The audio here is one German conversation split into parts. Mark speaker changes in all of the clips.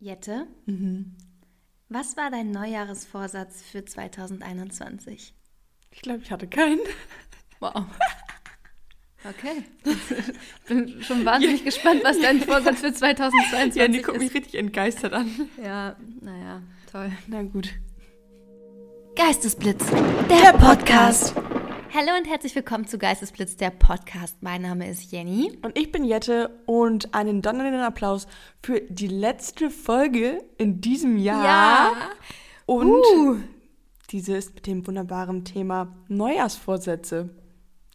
Speaker 1: Jette,
Speaker 2: Mhm.
Speaker 1: was war dein Neujahresvorsatz für 2021?
Speaker 2: Ich glaube, ich hatte keinen.
Speaker 1: Wow. Okay. Bin schon wahnsinnig gespannt, was dein Vorsatz für 2022
Speaker 2: Ja, die guckt
Speaker 1: ist.
Speaker 2: mich richtig entgeistert an.
Speaker 1: Ja, naja, toll.
Speaker 2: Na gut.
Speaker 1: Geistesblitz, der Podcast. Hallo und herzlich willkommen zu Geistesblitz, der Podcast. Mein Name ist Jenny.
Speaker 2: Und ich bin Jette und einen donnernden Applaus für die letzte Folge in diesem Jahr. Und diese ist mit dem wunderbaren Thema Neujahrsvorsätze.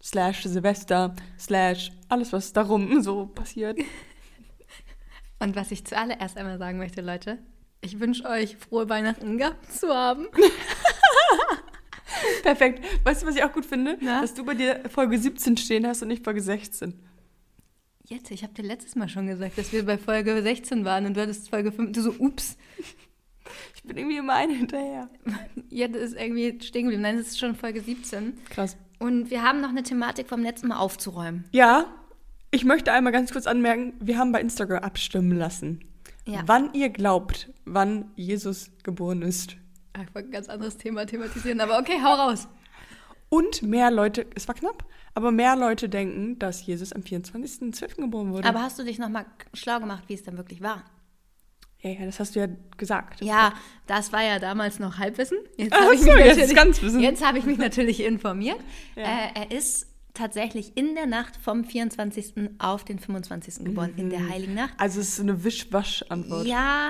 Speaker 2: Slash Silvester, slash alles, was darum so passiert.
Speaker 1: Und was ich zuallererst einmal sagen möchte, Leute, ich wünsche euch frohe Weihnachten gehabt zu haben.
Speaker 2: Perfekt. Weißt du, was ich auch gut finde?
Speaker 1: Na?
Speaker 2: Dass du bei dir Folge 17 stehen hast und nicht Folge 16.
Speaker 1: Jette, ich habe dir letztes Mal schon gesagt, dass wir bei Folge 16 waren und du hattest Folge 5. Du so, ups,
Speaker 2: Ich bin irgendwie immer eine hinterher.
Speaker 1: Jette ist irgendwie stehen geblieben. Nein, es ist schon Folge 17.
Speaker 2: Krass.
Speaker 1: Und wir haben noch eine Thematik vom letzten Mal aufzuräumen.
Speaker 2: Ja, ich möchte einmal ganz kurz anmerken, wir haben bei Instagram abstimmen lassen.
Speaker 1: Ja.
Speaker 2: Wann ihr glaubt, wann Jesus geboren ist.
Speaker 1: Ah, Ich wollte ein ganz anderes Thema thematisieren, aber okay, hau raus.
Speaker 2: Und mehr Leute, es war knapp, aber mehr Leute denken, dass Jesus am 24.12. geboren wurde.
Speaker 1: Aber hast du dich nochmal schlau gemacht, wie es dann wirklich war?
Speaker 2: ja, ja, das hast du ja gesagt.
Speaker 1: Ja, das war ja damals noch Halbwissen. Jetzt
Speaker 2: Ach
Speaker 1: habe ich,
Speaker 2: so,
Speaker 1: mich
Speaker 2: jetzt ist
Speaker 1: natürlich-
Speaker 2: Ganzwissen.
Speaker 1: jetzt hab ich mich natürlich informiert.
Speaker 2: Ja.
Speaker 1: Äh, er ist tatsächlich in der Nacht vom 24. auf den 25. geboren, in der Heiligen Nacht.
Speaker 2: Also es ist so eine Wischwasch-Antwort.
Speaker 1: Ja,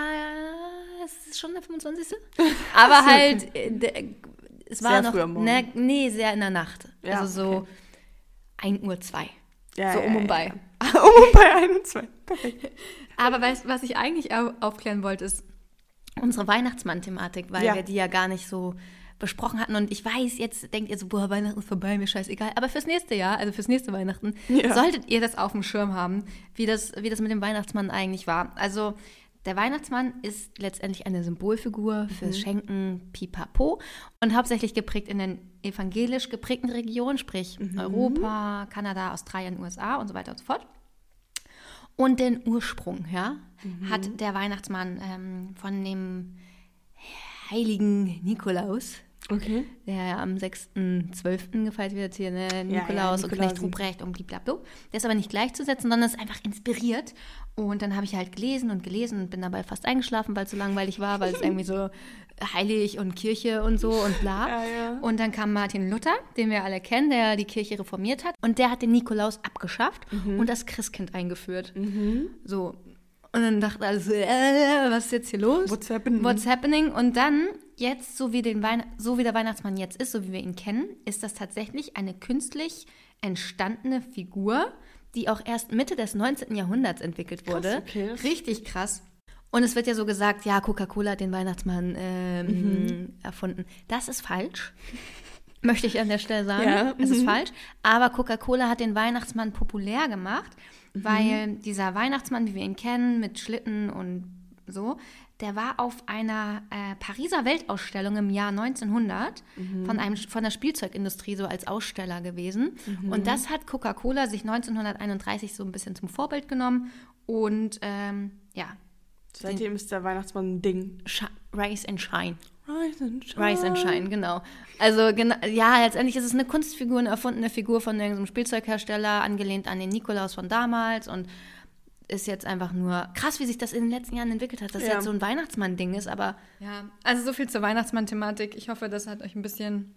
Speaker 1: es ist schon der 25. Aber halt, äh, der, es war
Speaker 2: Sehr
Speaker 1: noch.
Speaker 2: früh am Morgen.
Speaker 1: Ne, nee, sehr in der Nacht.
Speaker 2: Ja,
Speaker 1: also so 1 Uhr 2.
Speaker 2: Ja,
Speaker 1: so
Speaker 2: ja,
Speaker 1: um und
Speaker 2: ja,
Speaker 1: bei.
Speaker 2: ja. um und bei 21.
Speaker 1: Aber weißt, was ich eigentlich au- aufklären wollte, ist unsere Weihnachtsmann-Thematik, weil
Speaker 2: Ja.
Speaker 1: wir die ja gar nicht so besprochen hatten. Und ich weiß, jetzt denkt ihr so, boah, Weihnachten ist vorbei, mir scheißegal. Aber fürs nächste Jahr, also fürs nächste Weihnachten,
Speaker 2: Ja.
Speaker 1: solltet ihr das auf dem Schirm haben, wie das, wie das mit dem Weihnachtsmann eigentlich war. Also der Weihnachtsmann ist letztendlich eine Symbolfigur fürs Schenken, pipapo. Und hauptsächlich geprägt in den evangelisch geprägten Regionen, sprich Europa, Kanada, Australien, USA und so weiter und so fort. Und den Ursprung, ja, hat der Weihnachtsmann ähm, von dem heiligen Nikolaus,
Speaker 2: Okay.
Speaker 1: der ja am 6.12. gefeiert wird hier, ne?
Speaker 2: Mhm. ja,
Speaker 1: Nikolaus und Knecht
Speaker 2: Nikolausen.
Speaker 1: Ruprecht und blablabla. Der ist aber nicht gleichzusetzen, sondern ist einfach inspiriert. Und dann habe ich halt gelesen und gelesen und bin dabei fast eingeschlafen, weil es so langweilig war, weil es irgendwie so heilig und Kirche und so und bla.
Speaker 2: Ja, ja.
Speaker 1: Und dann kam Martin Luther, den wir alle kennen, der die Kirche reformiert hat. Und der hat den Nikolaus abgeschafft
Speaker 2: Mhm.
Speaker 1: und das Christkind eingeführt. So. Und dann dachte alles, so, äh, was ist jetzt hier los?
Speaker 2: What's happening?
Speaker 1: What's happening? Und dann, jetzt, so wie, den Weihn so wie der Weihnachtsmann jetzt ist, so wie wir ihn kennen, ist das tatsächlich eine künstlich entstandene Figur, die auch erst Mitte des 19. Jahrhunderts entwickelt wurde.
Speaker 2: okay, das-
Speaker 1: Richtig krass. Und es wird ja so gesagt, ja, Coca-Cola hat den Weihnachtsmann ähm,
Speaker 2: Mhm.
Speaker 1: erfunden. Das ist falsch. Möchte ich an der Stelle sagen.
Speaker 2: Ja,
Speaker 1: Es ist falsch. Aber Coca-Cola hat den Weihnachtsmann populär gemacht, weil dieser Weihnachtsmann, wie wir ihn kennen, mit Schlitten und so, der war auf einer äh, Pariser Weltausstellung im Jahr 1900 von, einem, von der Spielzeugindustrie so als Aussteller gewesen. Und das hat Coca-Cola sich 1931 so ein bisschen zum Vorbild genommen. Und ähm, ja,
Speaker 2: Seitdem ist der Weihnachtsmann ein Ding.
Speaker 1: Sh Rise and Shine.
Speaker 2: Rise and shine.
Speaker 1: Rise and Shine, genau. Also, genau, ja, letztendlich ist es eine Kunstfigur, eine erfundene Figur von irgendeinem Spielzeughersteller, angelehnt an den Nikolaus von damals und ist jetzt einfach nur krass, wie sich das in den letzten Jahren entwickelt hat, dass
Speaker 2: Ja.
Speaker 1: jetzt so ein Weihnachtsmann-Ding ist, aber
Speaker 3: Ja, also so viel zur Weihnachtsmann-Thematik. Ich hoffe, das hat euch ein bisschen.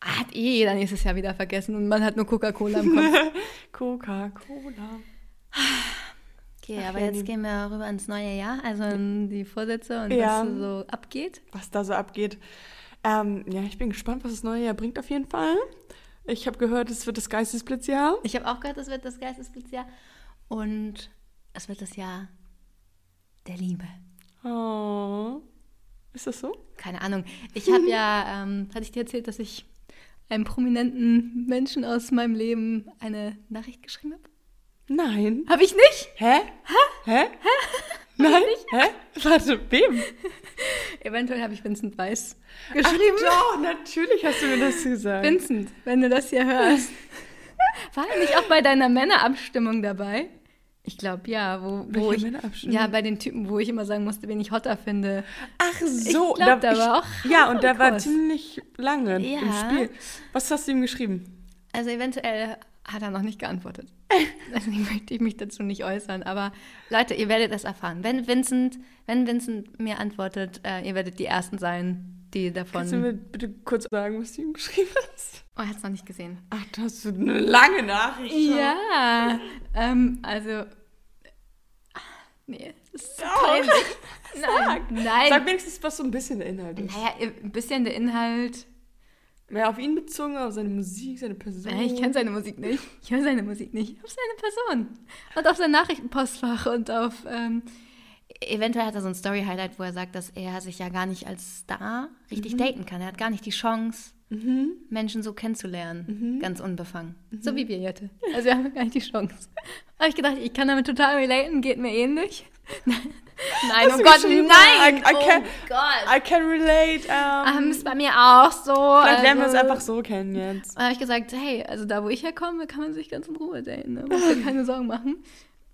Speaker 1: hat eh jeder nächstes Jahr wieder vergessen und man hat nur Coca-Cola im Kopf.
Speaker 2: Coca-Cola.
Speaker 1: Okay,
Speaker 2: Ach,
Speaker 1: aber
Speaker 2: ja,
Speaker 1: jetzt
Speaker 2: die-
Speaker 1: gehen wir rüber ins neue Jahr, also in die Vorsätze und
Speaker 2: Ja.
Speaker 1: was so abgeht.
Speaker 2: was da so abgeht. Ähm, ja, ich bin gespannt, was das neue Jahr bringt auf jeden Fall. Ich habe gehört, es wird das Geistesblitzjahr.
Speaker 1: Ich habe auch gehört, es wird das Geistesblitzjahr und es wird das Jahr der Liebe.
Speaker 2: Oh. Ist das so?
Speaker 1: keine Ahnung. Ich habe ja, ähm, hatte ich dir erzählt, dass ich einem prominenten Menschen aus meinem Leben eine Nachricht geschrieben habe?
Speaker 2: Nein.
Speaker 1: Habe ich nicht?
Speaker 2: Hä? Hä? Hä? Nein? Hä? Warte, wem?
Speaker 1: Eventuell habe ich Vincent Weiss
Speaker 2: Ach
Speaker 1: geschrieben.
Speaker 2: doch, natürlich hast du mir das gesagt.
Speaker 1: Vincent, wenn du das hier hörst. War er nicht auch bei deiner Männerabstimmung dabei? Ich glaube, ja, wo, wo ich,
Speaker 2: Männerabschnitt?
Speaker 1: ja, bei den Typen, wo ich immer sagen musste, wen ich hotter finde.
Speaker 2: Ach so,
Speaker 1: Ich glaub, da war auch
Speaker 2: Ja, und da war
Speaker 1: Hardcore.
Speaker 2: ziemlich lange im
Speaker 1: Ja.
Speaker 2: Spiel. Was hast du ihm geschrieben?
Speaker 1: Also eventuell hat er noch nicht geantwortet. Deswegen möchte ich mich dazu nicht äußern. Aber Leute, ihr werdet es erfahren. Wenn Vincent, wenn Vincent mir antwortet, äh, ihr werdet die Ersten sein, die
Speaker 2: Kannst du mir
Speaker 1: davon...
Speaker 2: bitte kurz sagen, was du ihm geschrieben hast?
Speaker 1: Oh, er hat es noch nicht gesehen.
Speaker 2: Ach, da hast du eine lange Nachricht. schon.
Speaker 1: Ja, ähm, also... Nee, das ist so peinlich. Nein, nein.
Speaker 2: Oh. Sag wenigstens, was so ein bisschen der Inhalt ist.
Speaker 1: Naja, ein bisschen der Inhalt.
Speaker 2: Mehr auf ihn bezogen, auf seine Musik, seine Person.
Speaker 1: Äh, Ich kenne seine Musik nicht. Ich höre seine Musik nicht. Auf seine Person. Und auf sein Nachrichtenpostfach und auf. Ähm, eventuell hat er so ein Story-Highlight, wo er sagt, dass er sich ja gar nicht als Star richtig daten kann. Er hat gar nicht die Chance,
Speaker 2: Mhm.
Speaker 1: Menschen so kennenzulernen. Ganz unbefangen. So wie wir, Jette. Also, wir haben gar nicht die Chance. Habe ich gedacht, ich kann damit total relaten, geht mir ähnlich. nein,
Speaker 2: Hast
Speaker 1: oh
Speaker 2: du
Speaker 1: Gott,
Speaker 2: geschrieben?
Speaker 1: nein!
Speaker 2: I- I
Speaker 1: oh
Speaker 2: can't-
Speaker 1: Gott!
Speaker 2: I can relate.
Speaker 1: Ähm,
Speaker 2: Ähm,
Speaker 1: ist bei mir auch so.
Speaker 2: vielleicht lernen wir uns
Speaker 1: also-
Speaker 2: einfach so kennen jetzt.
Speaker 1: und dann habe ich gesagt, hey, also da, wo ich herkomme, kann man sich ganz in Ruhe daten. Ne? Muss dir keine Sorgen machen.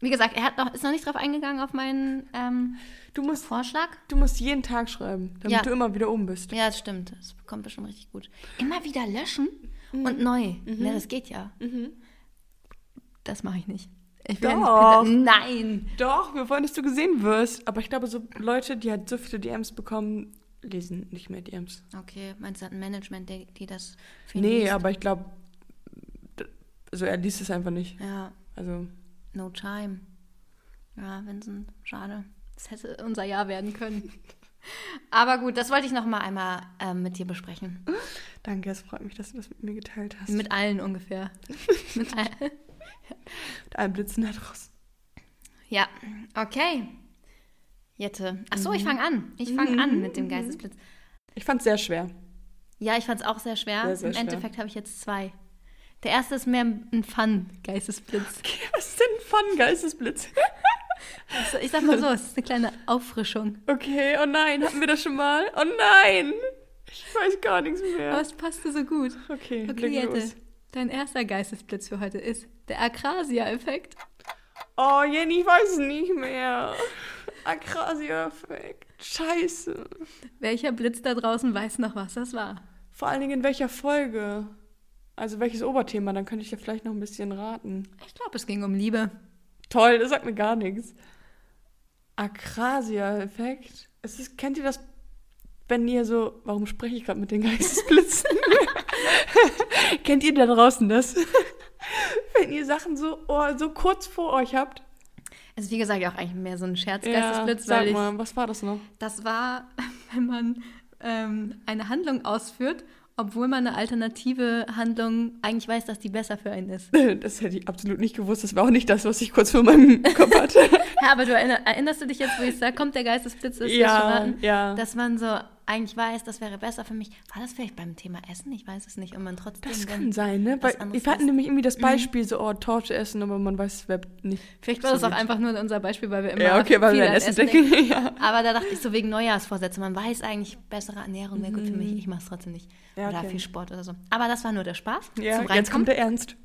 Speaker 1: Wie gesagt, er hat noch, ist noch nicht drauf eingegangen auf meinen ähm,
Speaker 2: Du musst,
Speaker 1: Vorschlag.
Speaker 2: du musst jeden Tag schreiben, damit
Speaker 1: Ja.
Speaker 2: du immer wieder oben bist.
Speaker 1: Ja, das stimmt. Das kommt bestimmt richtig gut. Immer wieder löschen und neu. Ne, das geht ja. Das mache ich nicht. Ich will ja
Speaker 2: Doch.
Speaker 1: nicht. bitte- Nein.
Speaker 2: Doch, wir wollen, dass du gesehen wirst. Aber ich glaube, so Leute, die halt so viele DMs bekommen, lesen nicht mehr DMs.
Speaker 1: Okay, meinst du, hat ein Management, die, die das für ihn
Speaker 2: Nee,
Speaker 1: liest?
Speaker 2: aber ich glaube, d- also er liest es einfach nicht.
Speaker 1: Ja,
Speaker 2: Also,
Speaker 1: no time. Ja, Vincent, schade. Das hätte unser Jahr werden können. Aber gut, das wollte ich noch mal einmal ähm, mit dir besprechen.
Speaker 2: danke, es freut mich, dass du das mit mir geteilt hast.
Speaker 1: Mit allen ungefähr. Mit all
Speaker 2: Mit allen Blitzen da draußen.
Speaker 1: ja, okay. Jette. Ach
Speaker 2: Mhm.
Speaker 1: so, ich fange an. Ich fange an mit dem Geistesblitz.
Speaker 2: Ich fand es sehr schwer.
Speaker 1: Ja, ich fand es auch sehr schwer.
Speaker 2: Sehr, sehr
Speaker 1: Im
Speaker 2: schwer.
Speaker 1: Endeffekt habe ich jetzt zwei. Der erste ist mehr ein Fun-Geistesblitz.
Speaker 2: Okay, was ist denn Fun, Geistesblitz?
Speaker 1: Also, Ich sag mal so, es ist eine kleine Auffrischung.
Speaker 2: Okay, oh nein, hatten wir das schon mal? Oh nein! Ich weiß gar nichts
Speaker 1: Aber
Speaker 2: mehr.
Speaker 1: es passte so gut.
Speaker 2: Okay,
Speaker 1: Okay,
Speaker 2: leg
Speaker 1: Jette.
Speaker 2: los.
Speaker 1: Dein erster Geistesblitz für heute ist der Akrasia-Effekt.
Speaker 2: Oh, Jenny, ich weiß es nicht mehr. Akrasia-Effekt. Scheiße.
Speaker 1: Welcher Blitz da draußen weiß noch, was das war?
Speaker 2: Vor allen Dingen in welcher Folge? Also welches Oberthema? Dann könnte ich ja vielleicht noch ein bisschen raten.
Speaker 1: Ich glaube, es ging um Liebe.
Speaker 2: Toll, das sagt mir gar nichts. Akrasia-Effekt. Es ist, kennt ihr das, wenn ihr so, warum spreche ich gerade mit den Geistesblitzen? kennt ihr da draußen das? wenn ihr Sachen so, oh, so kurz vor euch habt.
Speaker 1: Also wie gesagt, auch eigentlich mehr so ein
Speaker 2: Ja,
Speaker 1: Scherzgeistesblitz, weil
Speaker 2: sag
Speaker 1: ich
Speaker 2: mal, was war das noch?
Speaker 1: Das war, wenn man ähm, eine Handlung ausführt, obwohl man eine alternative Handlung eigentlich weiß, dass die besser für einen ist.
Speaker 2: Das hätte ich absolut nicht gewusst. Das war auch nicht das, was ich kurz vor meinem Kopf hatte.
Speaker 1: Ja, aber du erinner, erinnerst du dich jetzt, wo ich sage, kommt der Geistesblitz, ist
Speaker 2: ja,
Speaker 1: das
Speaker 2: ja.
Speaker 1: dass man so eigentlich weiß, das wäre besser für mich. War das vielleicht beim Thema Essen? Ich weiß es nicht. Und man trotzdem.
Speaker 2: Das
Speaker 1: dann-
Speaker 2: kann sein, ne?
Speaker 1: was
Speaker 2: Weil
Speaker 1: anderes
Speaker 2: wir hatten
Speaker 1: ist.
Speaker 2: nämlich irgendwie das Beispiel so, oh, Torte essen, aber man weiß es wär- nicht.
Speaker 1: vielleicht war das auch einfach nur unser Beispiel, weil wir immer.
Speaker 2: Ja, okay, weil
Speaker 1: viel
Speaker 2: wir an
Speaker 1: an
Speaker 2: Essen
Speaker 1: denken.
Speaker 2: denken. ja.
Speaker 1: Aber da dachte ich so wegen Neujahrsvorsätze, man weiß eigentlich, bessere Ernährung wäre gut für mich, ich mache es trotzdem nicht.
Speaker 2: Mhm. Ja,
Speaker 1: Oder
Speaker 2: okay.
Speaker 1: viel Sport oder so. Aber das war nur der Spaß zum
Speaker 2: ja jetzt
Speaker 1: Reinkommen.
Speaker 2: kommt der Ernst.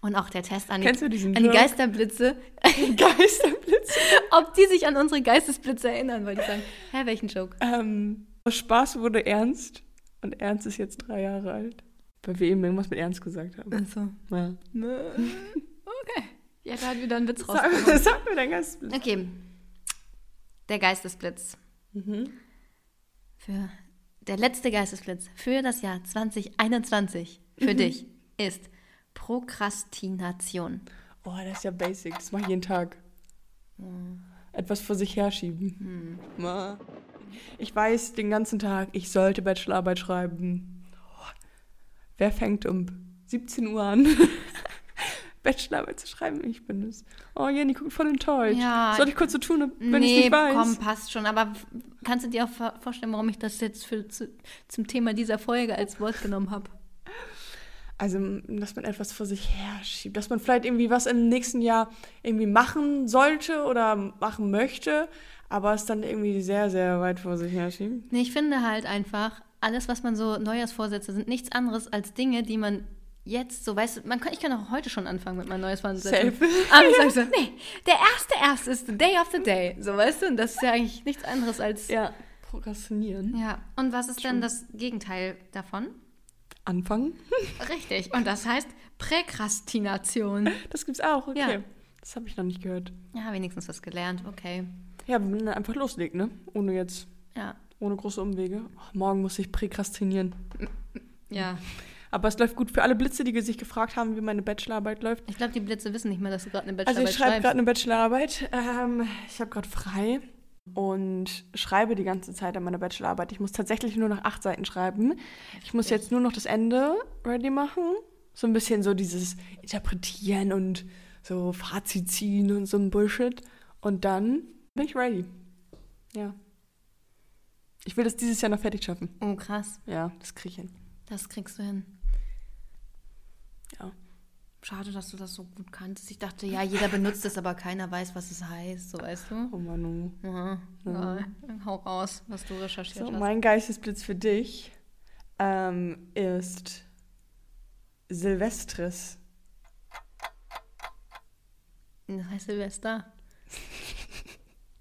Speaker 1: Und auch der Test an die,
Speaker 2: Kennst du diesen
Speaker 1: an die
Speaker 2: Joke?
Speaker 1: Geisterblitze,
Speaker 2: Geisterblitz.
Speaker 1: ob die sich an unsere Geistesblitze erinnern, wollte ich sagen. Hä, welchen Joke?
Speaker 2: ähm, aus Spaß wurde Ernst und Ernst ist jetzt drei Jahre alt. Weil wir eben irgendwas mit Ernst gesagt haben.
Speaker 1: Achso.
Speaker 2: Ja.
Speaker 1: Ne. Okay. Ja, da hat wieder ein Witz raus.
Speaker 2: Sag, sag mir dein Geisterblitz.
Speaker 1: Okay. Der Geistesblitz.
Speaker 2: Mhm.
Speaker 1: Für der letzte Geistesblitz für das Jahr 2021 für
Speaker 2: Mhm.
Speaker 1: dich ist Prokrastination.
Speaker 2: Oh, das ist ja basic. Das mache ich jeden Tag.
Speaker 1: Hm.
Speaker 2: Etwas vor sich herschieben. Ma. Ich weiß den ganzen Tag, ich sollte Bachelorarbeit schreiben. Oh. Wer fängt um 17 Uhr an? Bachelorarbeit zu schreiben, ich bin es. Oh, Jenny, guck voll enttäuscht.
Speaker 1: Ja.
Speaker 2: Soll ich kurz so tun, wenn ich nicht weiß?
Speaker 1: komm, passt schon. Aber f- kannst du dir auch vor- vorstellen, warum ich das jetzt für, zu, zum Thema dieser Folge als Wort genommen habe?
Speaker 2: Also, dass man etwas vor sich herschiebt, dass man vielleicht irgendwie was im nächsten Jahr irgendwie machen sollte oder machen möchte, aber es dann irgendwie sehr, sehr weit vor sich herschiebt.
Speaker 1: Nee, ich finde halt einfach, alles, was man so Neujahrsvorsätze sind, nichts anderes als Dinge, die man jetzt so, weißt du, man kann, ich kann auch heute schon anfangen mit meinem neues
Speaker 2: Safe.
Speaker 1: Fahnensetzen. Aber ich sage so, nee, der erste erste ist the day of the day. So, weißt du, und das ist ja eigentlich nichts anderes als.
Speaker 2: Ja. Prokrastinieren.
Speaker 1: Ja. Und was ist denn das Gegenteil davon?
Speaker 2: Anfangen.
Speaker 1: Richtig. Und das heißt Präkrastination.
Speaker 2: Das gibt's auch, okay.
Speaker 1: Ja.
Speaker 2: Das habe ich noch nicht gehört.
Speaker 1: Ja, wenigstens was gelernt. Okay.
Speaker 2: Ja, wenn man einfach loslegt, ne? Ohne jetzt,
Speaker 1: Ja.
Speaker 2: ohne große Umwege. Ach, morgen muss ich präkrastinieren.
Speaker 1: Ja.
Speaker 2: Aber es läuft gut für alle Blitze, die sich gefragt haben, wie meine Bachelorarbeit läuft.
Speaker 1: Ich glaube, die Blitze wissen nicht mehr, dass du gerade eine
Speaker 2: Also
Speaker 1: Bachelorarbeit
Speaker 2: ich schreibe
Speaker 1: schreibst.
Speaker 2: gerade eine Bachelorarbeit. Ähm, ich habe gerade frei und schreibe die ganze Zeit an meiner Bachelorarbeit. Ich muss tatsächlich nur noch acht Seiten schreiben. Ich muss jetzt nur noch das Ende ready machen. So ein bisschen so dieses Interpretieren und so Fazit ziehen und so ein Bullshit. Und dann bin ich ready. Ja. Ich will das dieses Jahr noch fertig schaffen.
Speaker 1: Oh, krass.
Speaker 2: Ja, das kriege ich hin.
Speaker 1: Das kriegst du hin.
Speaker 2: Ja.
Speaker 1: Schade, dass du das so gut kanntest. Ich dachte, ja, jeder benutzt es, aber keiner weiß, was es heißt. So, weißt du?
Speaker 2: Oh Manu.
Speaker 1: Ja, ja. Hau raus, was du recherchiert
Speaker 2: So,
Speaker 1: hast.
Speaker 2: mein Geistesblitz für dich ähm, ist Silvestris.
Speaker 1: Das heißt Silvester.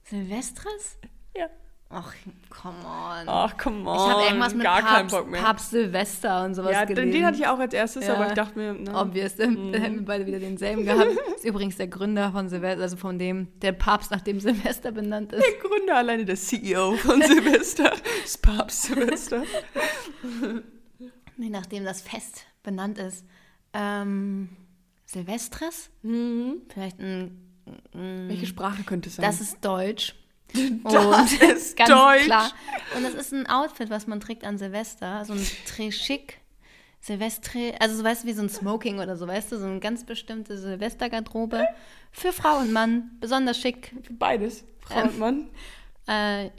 Speaker 1: Silvestres?
Speaker 2: Ja.
Speaker 1: Ach, come on.
Speaker 2: Ach, come on.
Speaker 1: ich habe irgendwas mit
Speaker 2: Oh, Gar keinen
Speaker 1: Papst,
Speaker 2: Bock mehr.
Speaker 1: Papst Silvester und sowas
Speaker 2: ja, den,
Speaker 1: gelesen.
Speaker 2: den hatte ich auch als erstes,
Speaker 1: Ja.
Speaker 2: aber ich dachte mir, ne,
Speaker 1: Obvious, dann dann hätten wir beide wieder denselben gehabt. Ist übrigens der Gründer von Silvester, also von dem, der Papst, nach dem Silvester benannt ist.
Speaker 2: der Gründer alleine, der CEO von Silvester, ist Papst Silvester.
Speaker 1: Nee, nachdem das Fest benannt ist. Ähm, Silvestres? Vielleicht ein. ein
Speaker 2: Welche Sprache könnte es sein?
Speaker 1: Mhm. das ist Deutsch.
Speaker 2: Das
Speaker 1: Und
Speaker 2: ist Deutsch.
Speaker 1: Und das ist ein Outfit, was man trägt an Silvester. So ein Treschick. Silvestre, also so weißt du, wie so ein Smoking oder so, weißt du, so eine ganz bestimmte Silvestergarderobe für Frau und Mann, besonders schick.
Speaker 2: Beides, Frau
Speaker 1: Ähm.
Speaker 2: und Mann.
Speaker 1: Äh,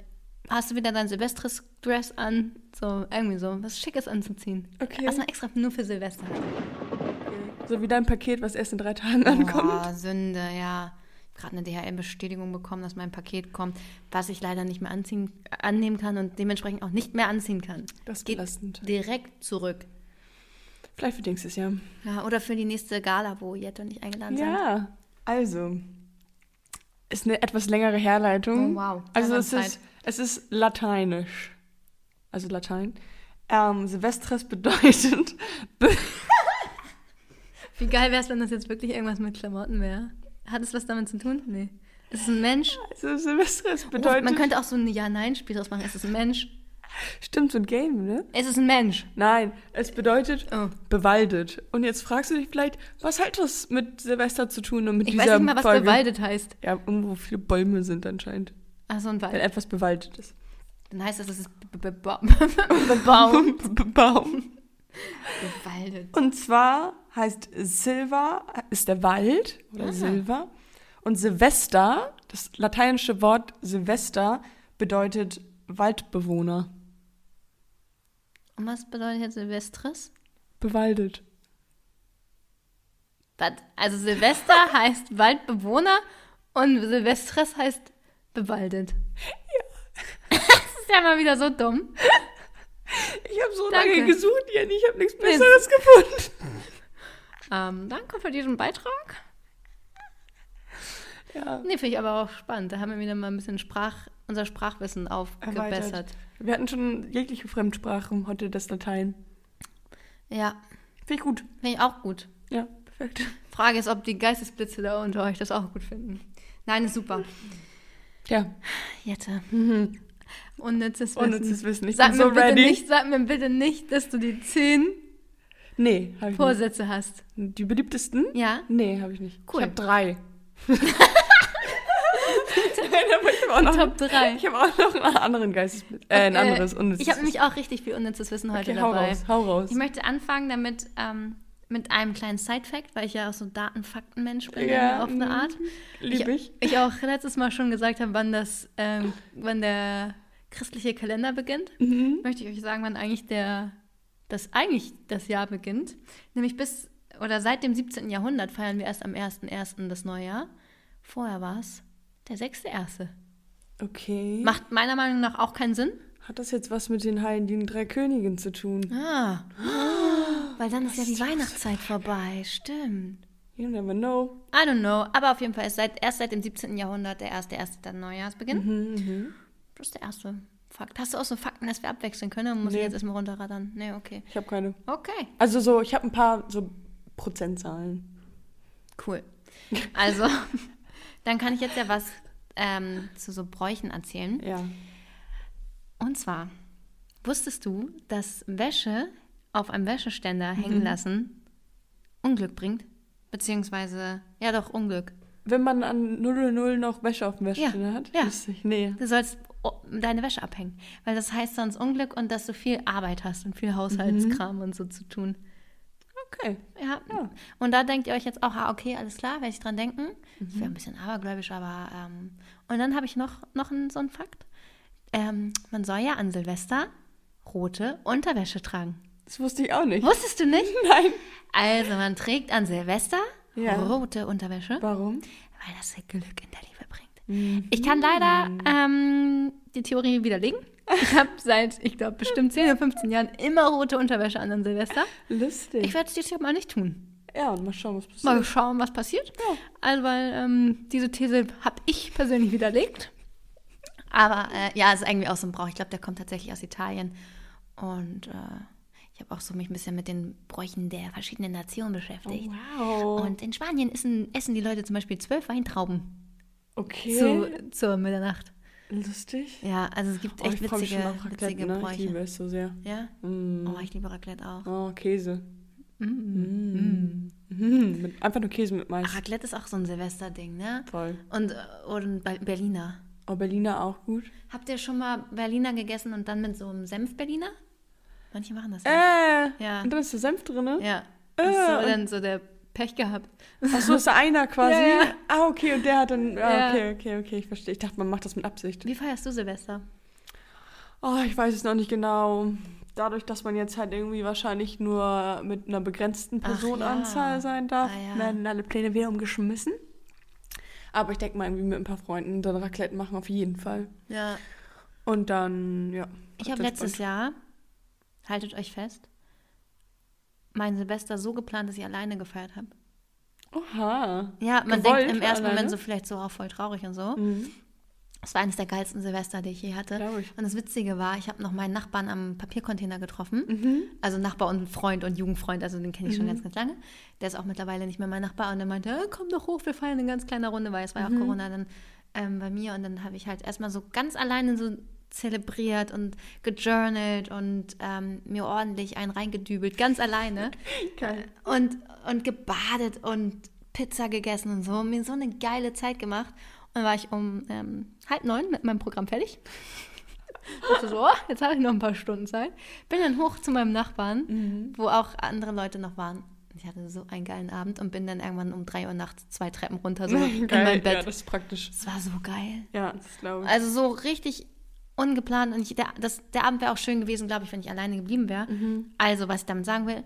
Speaker 1: hast du wieder dein Silvestres-Dress an? So, irgendwie so, was Schickes anzuziehen.
Speaker 2: Okay.
Speaker 1: Was man extra nur für Silvester hat.
Speaker 2: So wie dein Paket, was erst in drei Tagen ankommt.
Speaker 1: Boah, Sünde, ja. Ich habe gerade eine DHL-Bestätigung bekommen, dass mein Paket kommt, was ich leider nicht mehr anziehen, annehmen kann und dementsprechend auch nicht mehr anziehen kann.
Speaker 2: Das ist
Speaker 1: Geht
Speaker 2: belastend.
Speaker 1: direkt zurück.
Speaker 2: Vielleicht für nächstes Jahr.
Speaker 1: Ja, oder für die nächste Gala, wo Jette und ich eingeladen sind.
Speaker 2: Ja, also. Ist eine etwas längere Herleitung.
Speaker 1: Oh, wow.
Speaker 2: Also
Speaker 1: Ja,
Speaker 2: es
Speaker 1: dann
Speaker 2: ist, es ist lateinisch. Also Latein. Ähm, Silvestres bedeutet.
Speaker 1: Wie geil wäre es, wenn das jetzt wirklich irgendwas mit Klamotten wäre? Hat es was damit zu tun? Nee. Ist es ein Mensch?
Speaker 2: Also Silvestres
Speaker 1: Oh,
Speaker 2: bedeutet.
Speaker 1: man könnte auch so ein Ja-Nein-Spiel draus machen. Ist es ein Mensch?
Speaker 2: stimmt, so ein Game, ne?
Speaker 1: Ist es ein Mensch?
Speaker 2: Nein, es bedeutet
Speaker 1: Oh.
Speaker 2: bewaldet. Und jetzt fragst du dich vielleicht, was hat das mit Silvester zu tun und mit
Speaker 1: Ich
Speaker 2: dieser
Speaker 1: weiß nicht mal, was
Speaker 2: Folge?
Speaker 1: bewaldet heißt.
Speaker 2: Ja, irgendwo viele Bäume sind anscheinend.
Speaker 1: Ach, so ein
Speaker 2: Wenn
Speaker 1: Wald.
Speaker 2: etwas bewaldet ist.
Speaker 1: Dann heißt das, es ist be- be- ba- bebaut.
Speaker 2: Baum.
Speaker 1: Bewaldet.
Speaker 2: Und zwar heißt Silva ist der Wald oder
Speaker 1: Ah.
Speaker 2: Silva. Und Silvester, das lateinische Wort Silvester, bedeutet Waldbewohner.
Speaker 1: Und was bedeutet jetzt Silvestres?
Speaker 2: Bewaldet.
Speaker 1: Was? Also Silvester heißt Waldbewohner und Silvestres heißt bewaldet. Ja. Das ist ja mal wieder so dumm.
Speaker 2: Ich habe so
Speaker 1: Danke.
Speaker 2: lange gesucht, Jenny. Ich habe nichts
Speaker 1: Mist.
Speaker 2: Besseres gefunden.
Speaker 1: Ähm, danke für diesen Beitrag.
Speaker 2: Ja.
Speaker 1: Nee, finde ich aber auch spannend. Da haben wir wieder mal ein bisschen Sprach, unser Sprachwissen aufgebessert.
Speaker 2: Erweitert. Wir hatten schon jegliche Fremdsprachen heute das Latein.
Speaker 1: Ja,
Speaker 2: Finde ich gut.
Speaker 1: finde ich auch gut.
Speaker 2: Ja, perfekt.
Speaker 1: Frage ist, ob die Geistesblitze da unter euch das auch gut finden. Nein, ist super.
Speaker 2: Ja,
Speaker 1: Jette. Unnützes Wissen.
Speaker 2: ohne zu äh. wissen. Ich
Speaker 1: Sag
Speaker 2: bin
Speaker 1: mir,
Speaker 2: so
Speaker 1: bitte
Speaker 2: ready.
Speaker 1: nicht, sag mir bitte nicht, dass du die zehn
Speaker 2: Nee, habe ich nicht.
Speaker 1: Vorsätze hast.
Speaker 2: Die beliebtesten?
Speaker 1: Ja?
Speaker 2: Nee, habe ich nicht.
Speaker 1: Cool.
Speaker 2: Ich habe drei. Nein, aber ich habe auch noch,
Speaker 1: Top 3.
Speaker 2: ich habe auch noch einen anderen Geistesblitz. Äh, ein
Speaker 1: Okay.
Speaker 2: anderes unnützes.
Speaker 1: Ich habe nämlich auch richtig viel unnützes Wissen heute
Speaker 2: okay, hau
Speaker 1: dabei.
Speaker 2: raus, hau raus.
Speaker 1: Ich möchte anfangen damit ähm, mit einem kleinen Side-Fact, weil ich ja auch so Datenfaktenmensch bin
Speaker 2: Ja,
Speaker 1: auf eine
Speaker 2: mhm.
Speaker 1: Art.
Speaker 2: Lieb ich.
Speaker 1: Ich auch letztes Mal schon gesagt habe, wann das, ähm, wann der christliche Kalender beginnt.
Speaker 2: Mhm.
Speaker 1: Möchte ich euch sagen, wann eigentlich der, das eigentlich das Jahr beginnt. Nämlich bis oder seit dem 17. Jahrhundert feiern wir erst am 1.1. das Neujahr. Vorher war es der 6.1.
Speaker 2: Okay.
Speaker 1: Macht meiner Meinung nach auch keinen Sinn.
Speaker 2: Hat das jetzt was mit den Heiligen Drei Königen zu tun?
Speaker 1: Ah. Weil dann ist ja die Weihnachtszeit vorbei. Stimmt.
Speaker 2: You never know.
Speaker 1: I don't know. Aber auf jeden Fall ist seit, erst seit dem 17. Jahrhundert der erste, erste dann Neujahrsbeginn.
Speaker 2: Mhm.
Speaker 1: Das ist der erste Fakt. Hast du auch so Fakten, dass wir abwechseln können? Oder muss
Speaker 2: Nee.
Speaker 1: ich jetzt erstmal runterraddern? Nee, okay.
Speaker 2: Ich habe keine.
Speaker 1: Okay.
Speaker 2: Also so, ich habe ein paar so Prozentzahlen.
Speaker 1: Cool. Also, dann kann ich jetzt ja was ähm, zu so Bräuchen erzählen.
Speaker 2: Ja.
Speaker 1: Und zwar, wusstest du, dass Wäsche auf einem Wäscheständer hängen lassen Unglück bringt? Beziehungsweise, ja doch, Unglück.
Speaker 2: Wenn man an 000 noch Wäsche auf dem Wäscheständer
Speaker 1: Ja,
Speaker 2: hat,
Speaker 1: ja.
Speaker 2: wüsste ich, nee.
Speaker 1: Du sollst o- deine Wäsche abhängen, weil das heißt sonst Unglück und dass du viel Arbeit hast und viel Haushaltskram und so zu tun.
Speaker 2: Okay.
Speaker 1: Ja. Und da denkt ihr euch jetzt auch, ah, okay, alles klar, werde ich dran denken. Das wäre ein bisschen abergläubisch, aber. Ähm, und dann habe ich noch, noch einen, so einen Fakt. Ähm, man soll ja an Silvester rote Unterwäsche tragen.
Speaker 2: Das wusste ich auch nicht.
Speaker 1: Wusstest du nicht?
Speaker 2: Nein.
Speaker 1: Also, man trägt an Silvester
Speaker 2: Ja.
Speaker 1: rote Unterwäsche,
Speaker 2: Warum?
Speaker 1: weil das Glück in der Liebe bringt. Ich kann leider ähm, die Theorie widerlegen. Ich habe seit, ich glaube, bestimmt 10 oder 15 Jahren immer rote Unterwäsche an an Silvester.
Speaker 2: Lustig.
Speaker 1: Ich werde es dieses Jahr mal nicht tun.
Speaker 2: ja, und mal schauen, was passiert.
Speaker 1: Mal schauen, was passiert.
Speaker 2: Ja.
Speaker 1: Also, weil ähm, diese These habe ich persönlich widerlegt. Aber äh, ja, es ist irgendwie aus dem Brauch. Ich glaube, der kommt tatsächlich aus Italien. Und äh, ich habe auch so mich ein bisschen mit den Bräuchen der verschiedenen Nationen beschäftigt.
Speaker 2: Wow.
Speaker 1: Und in Spanien essen, essen die Leute zum Beispiel zwölf Weintrauben
Speaker 2: okay.
Speaker 1: zu, zur Mitternacht.
Speaker 2: Lustig.
Speaker 1: Ja, also es gibt
Speaker 2: Oh,
Speaker 1: echt
Speaker 2: ich freue mich schon
Speaker 1: witzige,
Speaker 2: auf Raclette,
Speaker 1: witzige
Speaker 2: ne? Ich
Speaker 1: Bräuche.
Speaker 2: liebe es so sehr.
Speaker 1: Ja?
Speaker 2: Mm.
Speaker 1: Oh, ich liebe Raclette auch.
Speaker 2: Oh, Käse.
Speaker 1: Mm.
Speaker 2: Mhm. Mit, einfach nur Käse mit Mais.
Speaker 1: Ach, Raclette ist auch so ein Silvesterding, ne?
Speaker 2: Voll.
Speaker 1: Und, äh, und Be- Berliner.
Speaker 2: Oh, Berliner auch gut.
Speaker 1: Habt ihr schon mal Berliner gegessen und dann mit so einem Senf-Berliner? Manche machen das. ja.
Speaker 2: Äh.
Speaker 1: Ja.
Speaker 2: Und dann ist der Senf drin, ne?
Speaker 1: ja.
Speaker 2: Äh,
Speaker 1: Das ist so
Speaker 2: und-
Speaker 1: dann so der Pech gehabt.
Speaker 2: Ach so, ist da einer quasi.
Speaker 1: Ja, ja.
Speaker 2: Ah, okay, und der hat dann. Ah,
Speaker 1: Ja.
Speaker 2: okay, okay, okay, ich verstehe. Ich dachte, man macht das mit Absicht.
Speaker 1: Wie feierst du Silvester?
Speaker 2: Oh, ich weiß es noch nicht genau. Dadurch, dass man jetzt halt irgendwie wahrscheinlich nur mit einer begrenzten
Speaker 1: Ach
Speaker 2: Personenanzahl
Speaker 1: ja.
Speaker 2: sein darf,
Speaker 1: Ah ja.
Speaker 2: werden alle Pläne wieder umgeschmissen. Aber ich denke mal, irgendwie mit ein paar Freunden dann Raclette machen, auf jeden Fall.
Speaker 1: Ja.
Speaker 2: Und dann, ja.
Speaker 1: Ich habe letztes Jahr, haltet euch fest, mein Silvester so geplant, dass ich alleine gefeiert habe.
Speaker 2: Oha.
Speaker 1: Ja, man
Speaker 2: Gewollt
Speaker 1: denkt im ersten
Speaker 2: alleine?
Speaker 1: Moment so vielleicht so, oh, voll traurig und so. Es war eines der geilsten Silvester, die ich je hatte.
Speaker 2: Glaub ich.
Speaker 1: Und das Witzige war, ich habe noch meinen Nachbarn am Papiercontainer getroffen.
Speaker 2: Mhm.
Speaker 1: Also Nachbar und Freund und Jugendfreund, also den kenne ich schon ganz, ganz lange. Der ist auch mittlerweile nicht mehr mein Nachbar. Und der meinte, "Äh, komm doch hoch, wir feiern in ganz kleiner Runde, weil es war ja
Speaker 2: Mhm.
Speaker 1: auch Corona dann ähm, bei mir. Und dann habe ich halt erstmal so ganz alleine so zelebriert und gejournalt und ähm, mir ordentlich einen reingedübelt, ganz alleine.
Speaker 2: Geil.
Speaker 1: und, und gebadet und Pizza gegessen und so. Mir so eine geile Zeit gemacht. Und dann war ich um ähm, halb neun mit meinem Programm fertig. Dachte so, oh, jetzt habe ich noch ein paar Stunden Zeit. Bin dann hoch zu meinem Nachbarn,
Speaker 2: Mhm.
Speaker 1: wo auch andere Leute noch waren. Ich hatte so einen geilen Abend und bin dann irgendwann um drei Uhr nachts zwei Treppen runter so in
Speaker 2: Geil,
Speaker 1: mein
Speaker 2: Ja,
Speaker 1: Bett.
Speaker 2: das ist praktisch. Äh,
Speaker 1: das war so geil.
Speaker 2: Ja, das glaube ich.
Speaker 1: Also so richtig ungeplant und ich, der, das, der Abend wäre auch schön gewesen, glaube ich, wenn ich alleine geblieben wäre.
Speaker 2: Mhm.
Speaker 1: Also, was ich damit sagen will,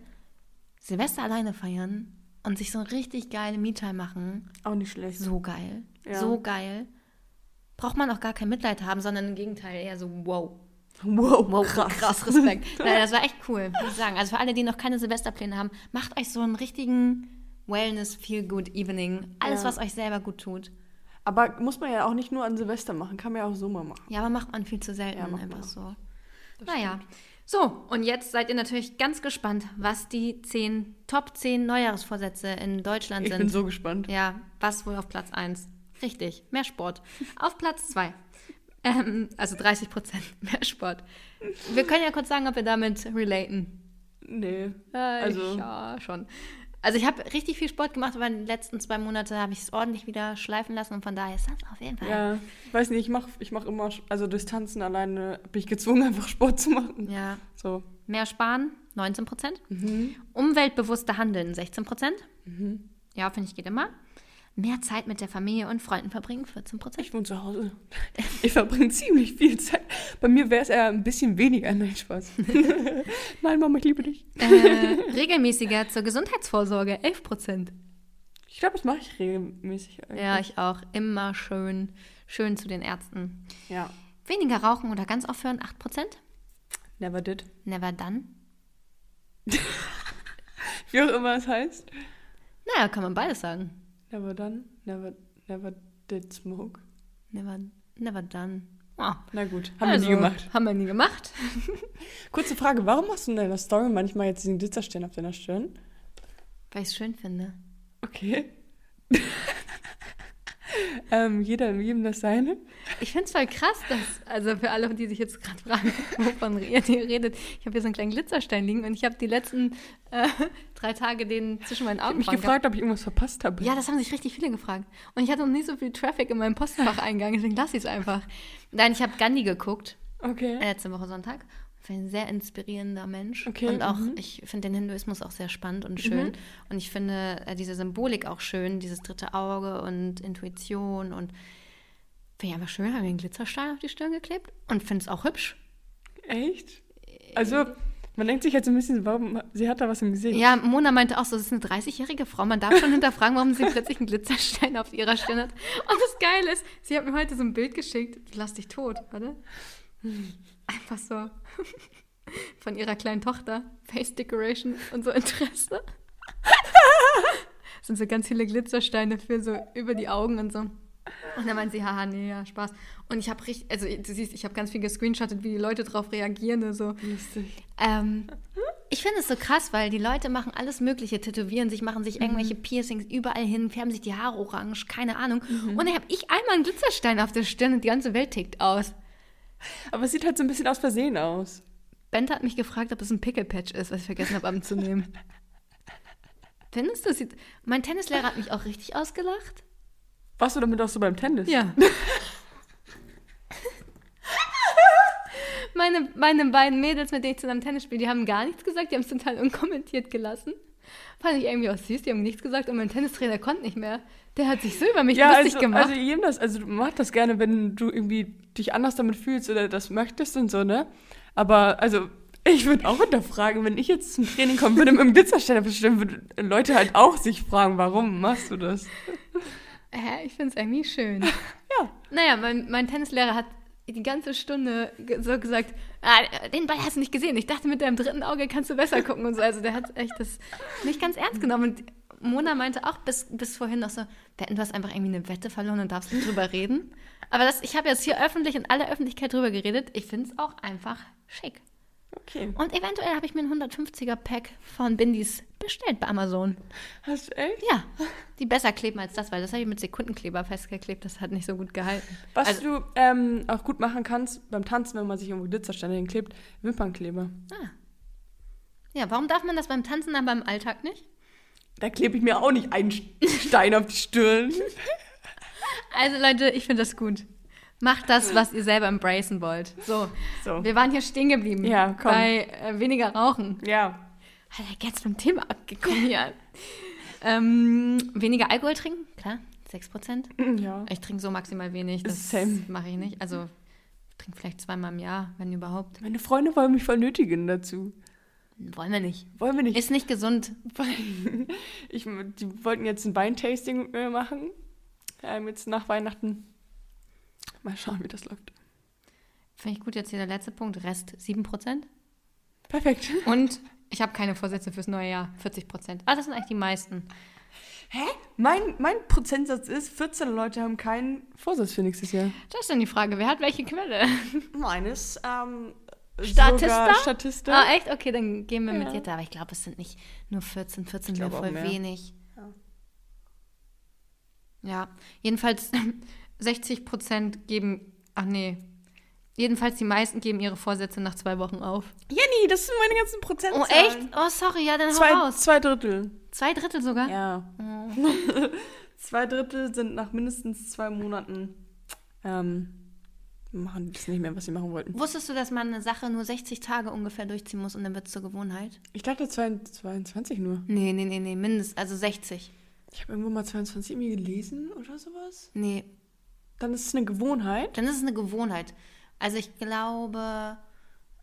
Speaker 1: Silvester alleine feiern und sich so eine richtig geile Me-Time machen,
Speaker 2: Auch nicht schlecht.
Speaker 1: so geil.
Speaker 2: Ja.
Speaker 1: So geil. Braucht man auch gar kein Mitleid haben, sondern im Gegenteil eher so, wow.
Speaker 2: Wow,
Speaker 1: Wow, krass, Respekt. Nein, das war echt cool, muss ich sagen. Also für alle, die noch keine Silvesterpläne haben, macht euch so einen richtigen Wellness-Feel-Good-Evening. Alles,
Speaker 2: Ja.
Speaker 1: was euch selber gut tut.
Speaker 2: Aber muss man ja auch nicht nur an Silvester machen, kann man ja auch so mal machen.
Speaker 1: Ja, aber macht man viel zu selten
Speaker 2: Ja, macht man
Speaker 1: einfach so. Naja. So, und jetzt seid ihr natürlich ganz gespannt, was die 10, Top 10 Neujahrsvorsätze in Deutschland
Speaker 2: Ich
Speaker 1: sind.
Speaker 2: bin so gespannt.
Speaker 1: ja, was wohl auf Platz 1? Richtig, mehr Sport. Auf Platz 2, ähm, also 30 Prozent mehr Sport. Wir können ja kurz sagen, ob wir damit relaten.
Speaker 2: Nee.
Speaker 1: Äh,
Speaker 2: Also-
Speaker 1: ich, ja, schon. Also ich habe richtig viel Sport gemacht, aber in den letzten zwei Monaten habe ich es ordentlich wieder schleifen lassen und von daher ist das auf jeden Fall
Speaker 2: Ja, ich weiß nicht, ich mache ich mach immer, also Distanzen alleine, bin ich gezwungen, einfach Sport zu machen.
Speaker 1: ja
Speaker 2: So.
Speaker 1: Mehr sparen, 19 Prozent. Umweltbewusster handeln, 16 Prozent. Ja, finde ich, geht immer. Mehr Zeit mit der Familie und Freunden verbringen, 14 Prozent.
Speaker 2: Ich wohne zu Hause. Ich verbringe ziemlich viel Zeit. Bei mir wäre es eher ein bisschen weniger. Nein, Spaß. Nein, Mama, ich liebe dich.
Speaker 1: Äh, regelmäßiger zur Gesundheitsvorsorge, 11 Prozent.
Speaker 2: Ich glaube, das mache ich regelmäßig. eigentlich.
Speaker 1: Ja, ich auch. Immer schön, schön zu den Ärzten.
Speaker 2: Ja.
Speaker 1: Weniger rauchen oder ganz aufhören, 8 Prozent.
Speaker 2: Never did.
Speaker 1: Never done.
Speaker 2: Wie auch immer es heißt.
Speaker 1: Naja, kann man beides sagen.
Speaker 2: Never done, never, never did smoke.
Speaker 1: Never, never done. Oh.
Speaker 2: Na gut, haben
Speaker 1: Also,
Speaker 2: wir nie gemacht.
Speaker 1: Haben wir nie gemacht.
Speaker 2: Kurze Frage, warum machst du in deiner Story manchmal jetzt diesen Glitzerstern auf deiner Stirn?
Speaker 1: Weil ich es schön finde.
Speaker 2: Okay. ähm, jeder jedem das seine.
Speaker 1: Ich finde es voll krass, dass, also für alle, die sich jetzt gerade fragen, wovon ihr ihr redet, ich habe hier so einen kleinen Glitzerstein liegen und ich habe die letzten äh, drei Tage den zwischen meinen
Speaker 2: Ich habe
Speaker 1: Augen
Speaker 2: mich gefragt, ob ich irgendwas verpasst habe.
Speaker 1: Ja, das haben sich richtig viele gefragt. Und ich hatte noch nie so viel Traffic in meinem Postfach-Eingang, deswegen lasse ich es einfach. Nein, ich habe Gandhi geguckt, äh,
Speaker 2: Okay.
Speaker 1: letzte Woche Sonntag. Ich bin ein sehr inspirierender Mensch.
Speaker 2: Okay,
Speaker 1: Und auch,
Speaker 2: mhm.
Speaker 1: ich finde den Hinduismus auch sehr spannend und schön. Und ich finde äh, diese Symbolik auch schön, dieses dritte Auge und Intuition und finde ich einfach schön, habe mir einen Glitzerstein auf die Stirn geklebt und finde es auch hübsch. Äh.
Speaker 2: Echt? Also, man denkt sich jetzt ein bisschen, warum, sie hat da was im Gesicht.
Speaker 1: Ja, Mona meinte auch so, das ist eine 30-jährige Frau. Man darf schon hinterfragen, warum sie plötzlich einen Glitzerstein auf ihrer Stirn hat. Und das Geile ist, sie hat mir heute so ein Bild geschickt. Lass dich tot, warte. Einfach so von ihrer kleinen Tochter. Face Decoration und so Interesse. Sind so ganz viele Glitzersteine für so über die Augen und so. Und dann meint sie, haha, nee, ja, Spaß. Und ich habe richtig, also du siehst, ich habe ganz viel gescreenshottet, wie die Leute drauf reagieren. ne, So,
Speaker 2: Lustig.
Speaker 1: ähm, ich finde es so krass, weil die Leute machen alles Mögliche, tätowieren sich, machen sich irgendwelche Piercings überall hin, färben sich die Haare orange, keine Ahnung. Und dann habe ich einmal einen Glitzerstein auf der Stirn und die ganze Welt tickt aus.
Speaker 2: Aber es sieht halt so ein bisschen aus Versehen aus.
Speaker 1: Bente hat mich gefragt, ob es ein Pickelpatch ist, was ich vergessen habe anzunehmen. Findest du, sieht... mein Tennislehrer hat mich auch richtig ausgelacht?
Speaker 2: Warst du damit auch so beim Tennis?
Speaker 1: Ja. meine, meine beiden Mädels, mit denen ich zusammen Tennis spiele, die haben gar nichts gesagt. Die haben es total unkommentiert gelassen. Fand ich irgendwie auch süß. Die haben nichts gesagt und mein Tennistrainer konnte nicht mehr. Der hat sich so über mich
Speaker 2: Ja,
Speaker 1: lustig
Speaker 2: also,
Speaker 1: gemacht.
Speaker 2: also jedem das, also du machst das gerne, wenn du irgendwie dich anders damit fühlst oder das möchtest und so, ne? Aber also ich würde auch hinterfragen, wenn ich jetzt zum Training kommen würde mit dem Glitzersteller bestimmt, würden Leute halt auch sich fragen, warum machst du das?
Speaker 1: Hä, ich finde es irgendwie schön.
Speaker 2: Ja.
Speaker 1: Naja, mein, mein Tennislehrer hat die ganze Stunde ge- so gesagt, ah, den Ball hast du nicht gesehen. Ich dachte, mit deinem dritten Auge kannst du besser gucken und so. Also der hat echt das nicht ganz ernst genommen. Und Mona meinte auch bis, bis vorhin noch so, wetten, du hast einfach irgendwie eine Wette verloren und darfst nicht drüber reden. Aber das, ich habe jetzt hier öffentlich in aller Öffentlichkeit drüber geredet. Ich finde es auch einfach schick.
Speaker 2: Okay.
Speaker 1: Und eventuell habe ich mir ein 150er-Pack von Bindis bestellt bei Amazon.
Speaker 2: Hast du echt?
Speaker 1: Ja, die besser kleben als das, weil das habe ich mit Sekundenkleber festgeklebt. Das hat nicht so gut gehalten.
Speaker 2: Was
Speaker 1: also,
Speaker 2: du ähm, auch gut machen kannst beim Tanzen, wenn man sich irgendwo Glitzersteine hinklebt, Wimpernkleber.
Speaker 1: Ah. Ja, warum darf man das beim Tanzen, aber im Alltag nicht?
Speaker 2: Da klebe ich mir auch nicht einen Stein auf die Stirn.
Speaker 1: Also Leute, ich finde das gut. Macht das, was ihr selber embracen wollt. So,
Speaker 2: So.
Speaker 1: wir waren hier stehen geblieben.
Speaker 2: Ja, komm.
Speaker 1: Bei äh, weniger Rauchen.
Speaker 2: Ja.
Speaker 1: Alter, ganz vom Thema abgekommen hier. ähm, weniger Alkohol trinken, klar, 6%.
Speaker 2: Ja.
Speaker 1: Ich trinke so maximal wenig, das
Speaker 2: Same.
Speaker 1: mache ich nicht. Also, ich trinke vielleicht zweimal im Jahr, wenn überhaupt.
Speaker 2: Meine Freunde wollen mich voll nötigen dazu.
Speaker 1: Wollen wir nicht.
Speaker 2: Wollen wir nicht
Speaker 1: Ist nicht gesund.
Speaker 2: Weil ich, die wollten jetzt ein Weintasting mit mir machen. Ähm, jetzt nach Weihnachten. Mal schauen, wie das läuft.
Speaker 1: Finde ich gut, jetzt hier der letzte Punkt. Rest 7%.
Speaker 2: Perfekt.
Speaker 1: Und ich habe keine Vorsätze fürs neue Jahr. 40%. Ah, das sind eigentlich die meisten.
Speaker 2: Hä? Mein, mein Prozentsatz ist, 14 Leute haben keinen Vorsatz für nächstes Jahr.
Speaker 1: Das ist dann die Frage, wer hat welche Quelle?
Speaker 2: Meines, ähm,
Speaker 1: Statista?
Speaker 2: sogar Statista.
Speaker 1: Ah, echt? Okay, dann gehen wir
Speaker 2: Ja.
Speaker 1: mit Jette. Aber ich glaube, es sind nicht nur 14. 14
Speaker 2: Ich
Speaker 1: wäre
Speaker 2: glaube auch
Speaker 1: voll
Speaker 2: mehr.
Speaker 1: wenig.
Speaker 2: Ja.
Speaker 1: Ja, jedenfalls 60% geben. Ach nee. Jedenfalls die meisten geben ihre Vorsätze nach zwei Wochen auf.
Speaker 2: Jenny, das sind meine ganzen
Speaker 1: Oh,
Speaker 2: Prozentzahlen.
Speaker 1: echt? Oh, sorry, ja, dann hau
Speaker 2: Zwei,
Speaker 1: raus.
Speaker 2: zwei Drittel.
Speaker 1: Zwei Drittel sogar?
Speaker 2: Ja. zwei Drittel sind nach mindestens zwei Monaten, ähm, machen das nicht mehr, was sie machen wollten.
Speaker 1: Wusstest du, dass man eine Sache nur 60 Tage ungefähr durchziehen muss und dann wird es zur Gewohnheit?
Speaker 2: Ich dachte 22 nur.
Speaker 1: Nee, nee, nee, nee, mindestens, also 60.
Speaker 2: Ich habe irgendwo mal 22 irgendwie gelesen oder sowas.
Speaker 1: Nee,
Speaker 2: Dann ist es eine Gewohnheit.
Speaker 1: dann ist es eine Gewohnheit. Also ich glaube,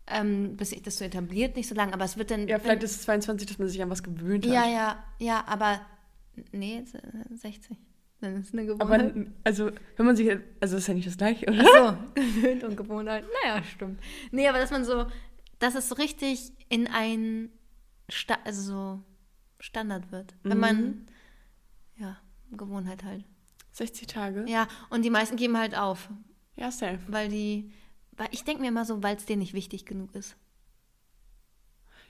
Speaker 1: ähm, bis sich das so etabliert, nicht so lange, aber es wird dann...
Speaker 2: Ja, vielleicht ist es 22, dass man sich an was gewöhnt hat.
Speaker 1: Ähm, Ja, ja, ja, aber... Nee, s- 60. Dann ist es eine
Speaker 2: Aber
Speaker 1: Gewohnheit.
Speaker 2: also, wenn man sich, also ist ja nicht das gleiche, oder?
Speaker 1: Ach so, gewöhnt und Gewohnheit. Naja, stimmt. Nee, aber dass man so... Dass es so richtig in ein... Sta also so... Standard wird. Wenn
Speaker 2: Mhm.
Speaker 1: man, ja, Gewohnheit halt.
Speaker 2: 60 Tage?
Speaker 1: Ja, und die meisten geben halt auf,
Speaker 2: Ja, safe.
Speaker 1: weil die, weil ich denke mir immer so, weil es denen nicht wichtig genug ist.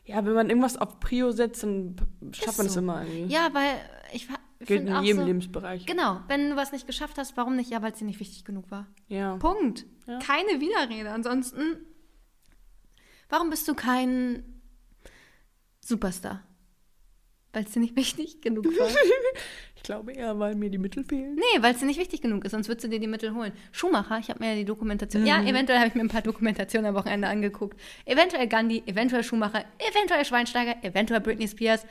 Speaker 2: Ja, wenn man irgendwas auf Prio setzt, dann schafft
Speaker 1: Ist
Speaker 2: man es
Speaker 1: so.
Speaker 2: immer irgendwie.
Speaker 1: Ja, weil ich fa-
Speaker 2: Gilt
Speaker 1: find
Speaker 2: Mhm. in
Speaker 1: auch
Speaker 2: jedem
Speaker 1: so,
Speaker 2: Lebensbereich.
Speaker 1: Genau, wenn du was nicht geschafft hast, warum nicht? Ja, weil es dir nicht wichtig genug war.
Speaker 2: Ja.
Speaker 1: Punkt.
Speaker 2: Ja.
Speaker 1: Keine Widerrede. Ansonsten, warum bist du kein Superstar? Weil es dir nicht wichtig genug war.
Speaker 2: Ich glaube eher, weil mir die Mittel fehlen.
Speaker 1: nee, weil es dir nicht wichtig genug ist, sonst würdest du dir die Mittel holen. Schumacher, ich habe mir ja die Dokumentation.
Speaker 2: Mhm.
Speaker 1: Ja, eventuell habe ich mir ein paar Dokumentationen am Wochenende angeguckt. Eventuell Gandhi, eventuell Schumacher, eventuell Schweinsteiger, eventuell Britney Spears.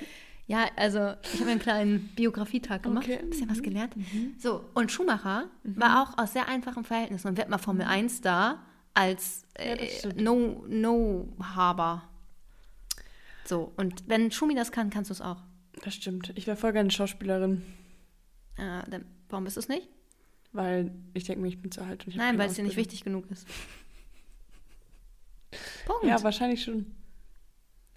Speaker 1: Ja, also ich habe einen kleinen Biografietag gemacht,
Speaker 2: Okay. mhm,
Speaker 1: bisschen was gelernt. So, und Schumacher war auch aus sehr einfachen Verhältnissen und wird mal Formel 1 da als
Speaker 2: Mhm. Ja, das
Speaker 1: äh,
Speaker 2: stimmt.
Speaker 1: No, no Haber. So, und wenn Schumi das kann, kannst du es auch.
Speaker 2: Das stimmt. Ich wäre voll gerne Schauspielerin,
Speaker 1: Äh, dann, warum bist du es nicht?
Speaker 2: weil ich denke mir, ich bin zu alt. Und ich hab
Speaker 1: Nein,
Speaker 2: keine
Speaker 1: weil es dir nicht
Speaker 2: Ausbildung.
Speaker 1: wichtig genug ist. Punkt.
Speaker 2: Ja, wahrscheinlich schon.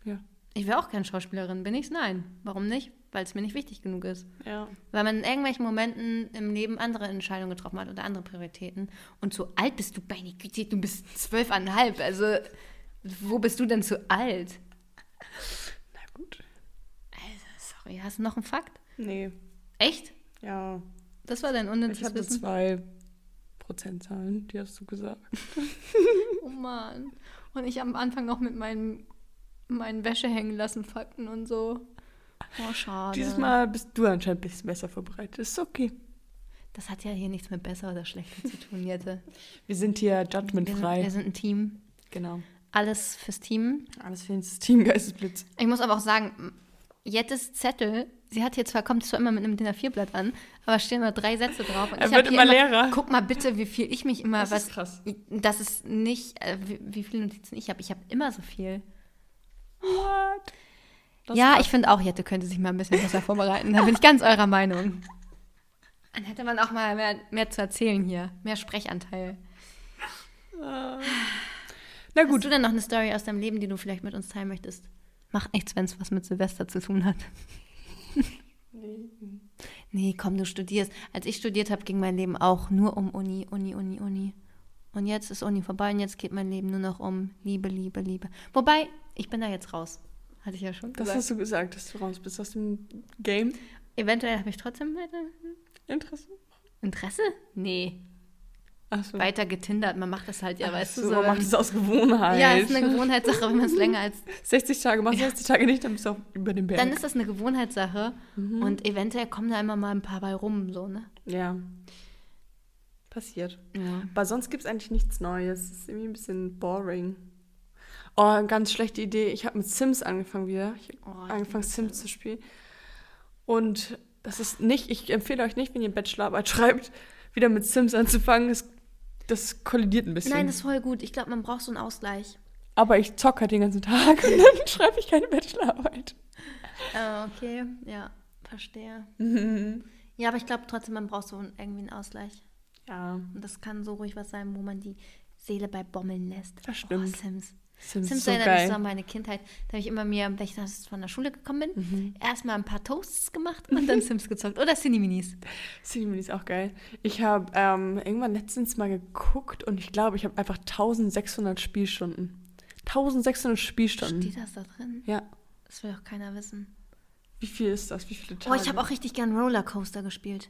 Speaker 2: Ja.
Speaker 1: ich wäre auch keine Schauspielerin, bin ich's? Nein. Warum nicht? Weil es mir nicht wichtig genug ist.
Speaker 2: Ja.
Speaker 1: Weil man in irgendwelchen Momenten im Leben andere Entscheidungen getroffen hat oder andere Prioritäten. Und so alt bist du, meine Güte, du bist zwölfeinhalb. Also, wo bist du denn zu alt?
Speaker 2: Na gut.
Speaker 1: Sorry, hast du noch einen Fakt?
Speaker 2: Nee.
Speaker 1: Echt?
Speaker 2: Ja.
Speaker 1: Das war dein
Speaker 2: Ich
Speaker 1: unnützes
Speaker 2: hatte
Speaker 1: Wissen?
Speaker 2: zwei Prozentzahlen, die hast du gesagt.
Speaker 3: Oh Mann. Und ich am Anfang noch mit meinen, meinen Wäsche hängen lassen Fakten und so.
Speaker 1: Oh, schade.
Speaker 2: Dieses Mal bist du anscheinend ein bisschen besser vorbereitet. Ist okay.
Speaker 1: Das hat ja hier nichts mit besser oder schlechter zu tun, Jette.
Speaker 2: Wir sind hier
Speaker 1: Wir sind, wir
Speaker 2: judgmentfrei.
Speaker 1: sind ein Team.
Speaker 2: Genau.
Speaker 1: Alles fürs Team.
Speaker 2: Alles für ins Team Geistesblitz.
Speaker 1: Ich muss aber auch sagen, Jettes Zettel, sie hat hier zwar, kommt zwar immer mit einem DIN A4-Blatt an, aber stehen immer drei Sätze drauf. Und
Speaker 2: Er
Speaker 1: ich
Speaker 2: wird
Speaker 1: hab hier
Speaker 2: immer leerer.
Speaker 1: Guck mal bitte, wie viel ich mich immer, was,
Speaker 2: krass.
Speaker 1: das ist nicht, äh, wie, wie viele Notizen ich habe. Ich habe immer so viel.
Speaker 2: What? Das
Speaker 1: ja,
Speaker 2: ist
Speaker 1: ich finde auch, Jette könnte sich mal ein bisschen besser vorbereiten. Da bin ich ganz eurer Meinung. Dann hätte man auch mal mehr, mehr zu erzählen hier, mehr Sprechanteil.
Speaker 2: krass. Na
Speaker 1: Hast
Speaker 2: gut.
Speaker 1: du denn noch eine Story aus deinem Leben, die du vielleicht mit uns teilen möchtest? Macht nichts, wenn es was mit Silvester zu tun hat. Nee, komm, du studierst. Als ich studiert habe, ging mein Leben auch nur um Uni, Uni, Uni, Uni. Und jetzt ist Uni vorbei und jetzt geht mein Leben nur noch um Liebe, Liebe, Liebe. Wobei, ich bin da jetzt raus. Hatte ich ja schon
Speaker 2: Das
Speaker 1: gesagt.
Speaker 2: hast du gesagt, dass du raus bist aus dem Game.
Speaker 1: Eventuell habe ich trotzdem weiter
Speaker 2: Interessant.
Speaker 1: Interesse? Nee.
Speaker 2: Achso.
Speaker 1: Weiter getindert. Man macht das halt ja, weißt du.
Speaker 2: so,
Speaker 1: So,
Speaker 2: man macht
Speaker 1: wenn-
Speaker 2: es aus Gewohnheit.
Speaker 1: ja, ist eine Gewohnheitssache, wenn man es länger als
Speaker 2: 60 Tage, machst 60 Tage nicht, dann bist du auch über den Berg.
Speaker 1: dann ist das eine Gewohnheitssache und eventuell kommen da immer mal ein paar bei rum, so, ne?
Speaker 2: ja. Passiert.
Speaker 1: Ja.
Speaker 2: Aber sonst gibt es eigentlich nichts Neues. Es ist irgendwie ein bisschen boring. Oh, ganz schlechte Idee. Ich habe mit Sims angefangen wieder. Ich
Speaker 1: Oh,
Speaker 2: habe
Speaker 1: ich
Speaker 2: angefangen, Sims zu spielen. Und das ist nicht, ich empfehle euch nicht, wenn ihr Bachelorarbeit schreibt, wieder mit Sims anzufangen. Das, das kollidiert ein bisschen.
Speaker 1: Nein, das ist voll gut. Ich glaube, man braucht so einen Ausgleich.
Speaker 2: Aber ich zocke halt den ganzen Tag und dann schreibe ich keine Bachelorarbeit. Ah,
Speaker 1: Äh, okay, ja, verstehe. Ja, aber ich glaube trotzdem, man braucht so einen- irgendwie einen Ausgleich.
Speaker 2: Ja.
Speaker 1: Und das kann so ruhig was sein, wo man die Seele bei bommeln lässt.
Speaker 2: Das stimmt.
Speaker 1: Oh, Sims.
Speaker 2: Sims,
Speaker 1: Sims
Speaker 2: ist so
Speaker 1: erinnert mich so
Speaker 2: geil.
Speaker 1: an meine Kindheit. Da habe ich immer mir, wenn ich nachts von der Schule gekommen bin,
Speaker 2: Mhm.
Speaker 1: erstmal ein paar Toasts gemacht und dann Sims gezockt. Oder Cineminis.
Speaker 2: Cinemini ist auch geil. Ich habe ähm, irgendwann letztens mal geguckt und ich glaube, ich habe einfach 1600 Spielstunden. 1600 Spielstunden.
Speaker 1: Steht das da drin?
Speaker 2: Ja.
Speaker 1: Das will doch keiner wissen.
Speaker 2: Wie viel ist das? Wie viele
Speaker 1: Oh,
Speaker 2: Tage?
Speaker 1: ich habe auch richtig gern Rollercoaster gespielt.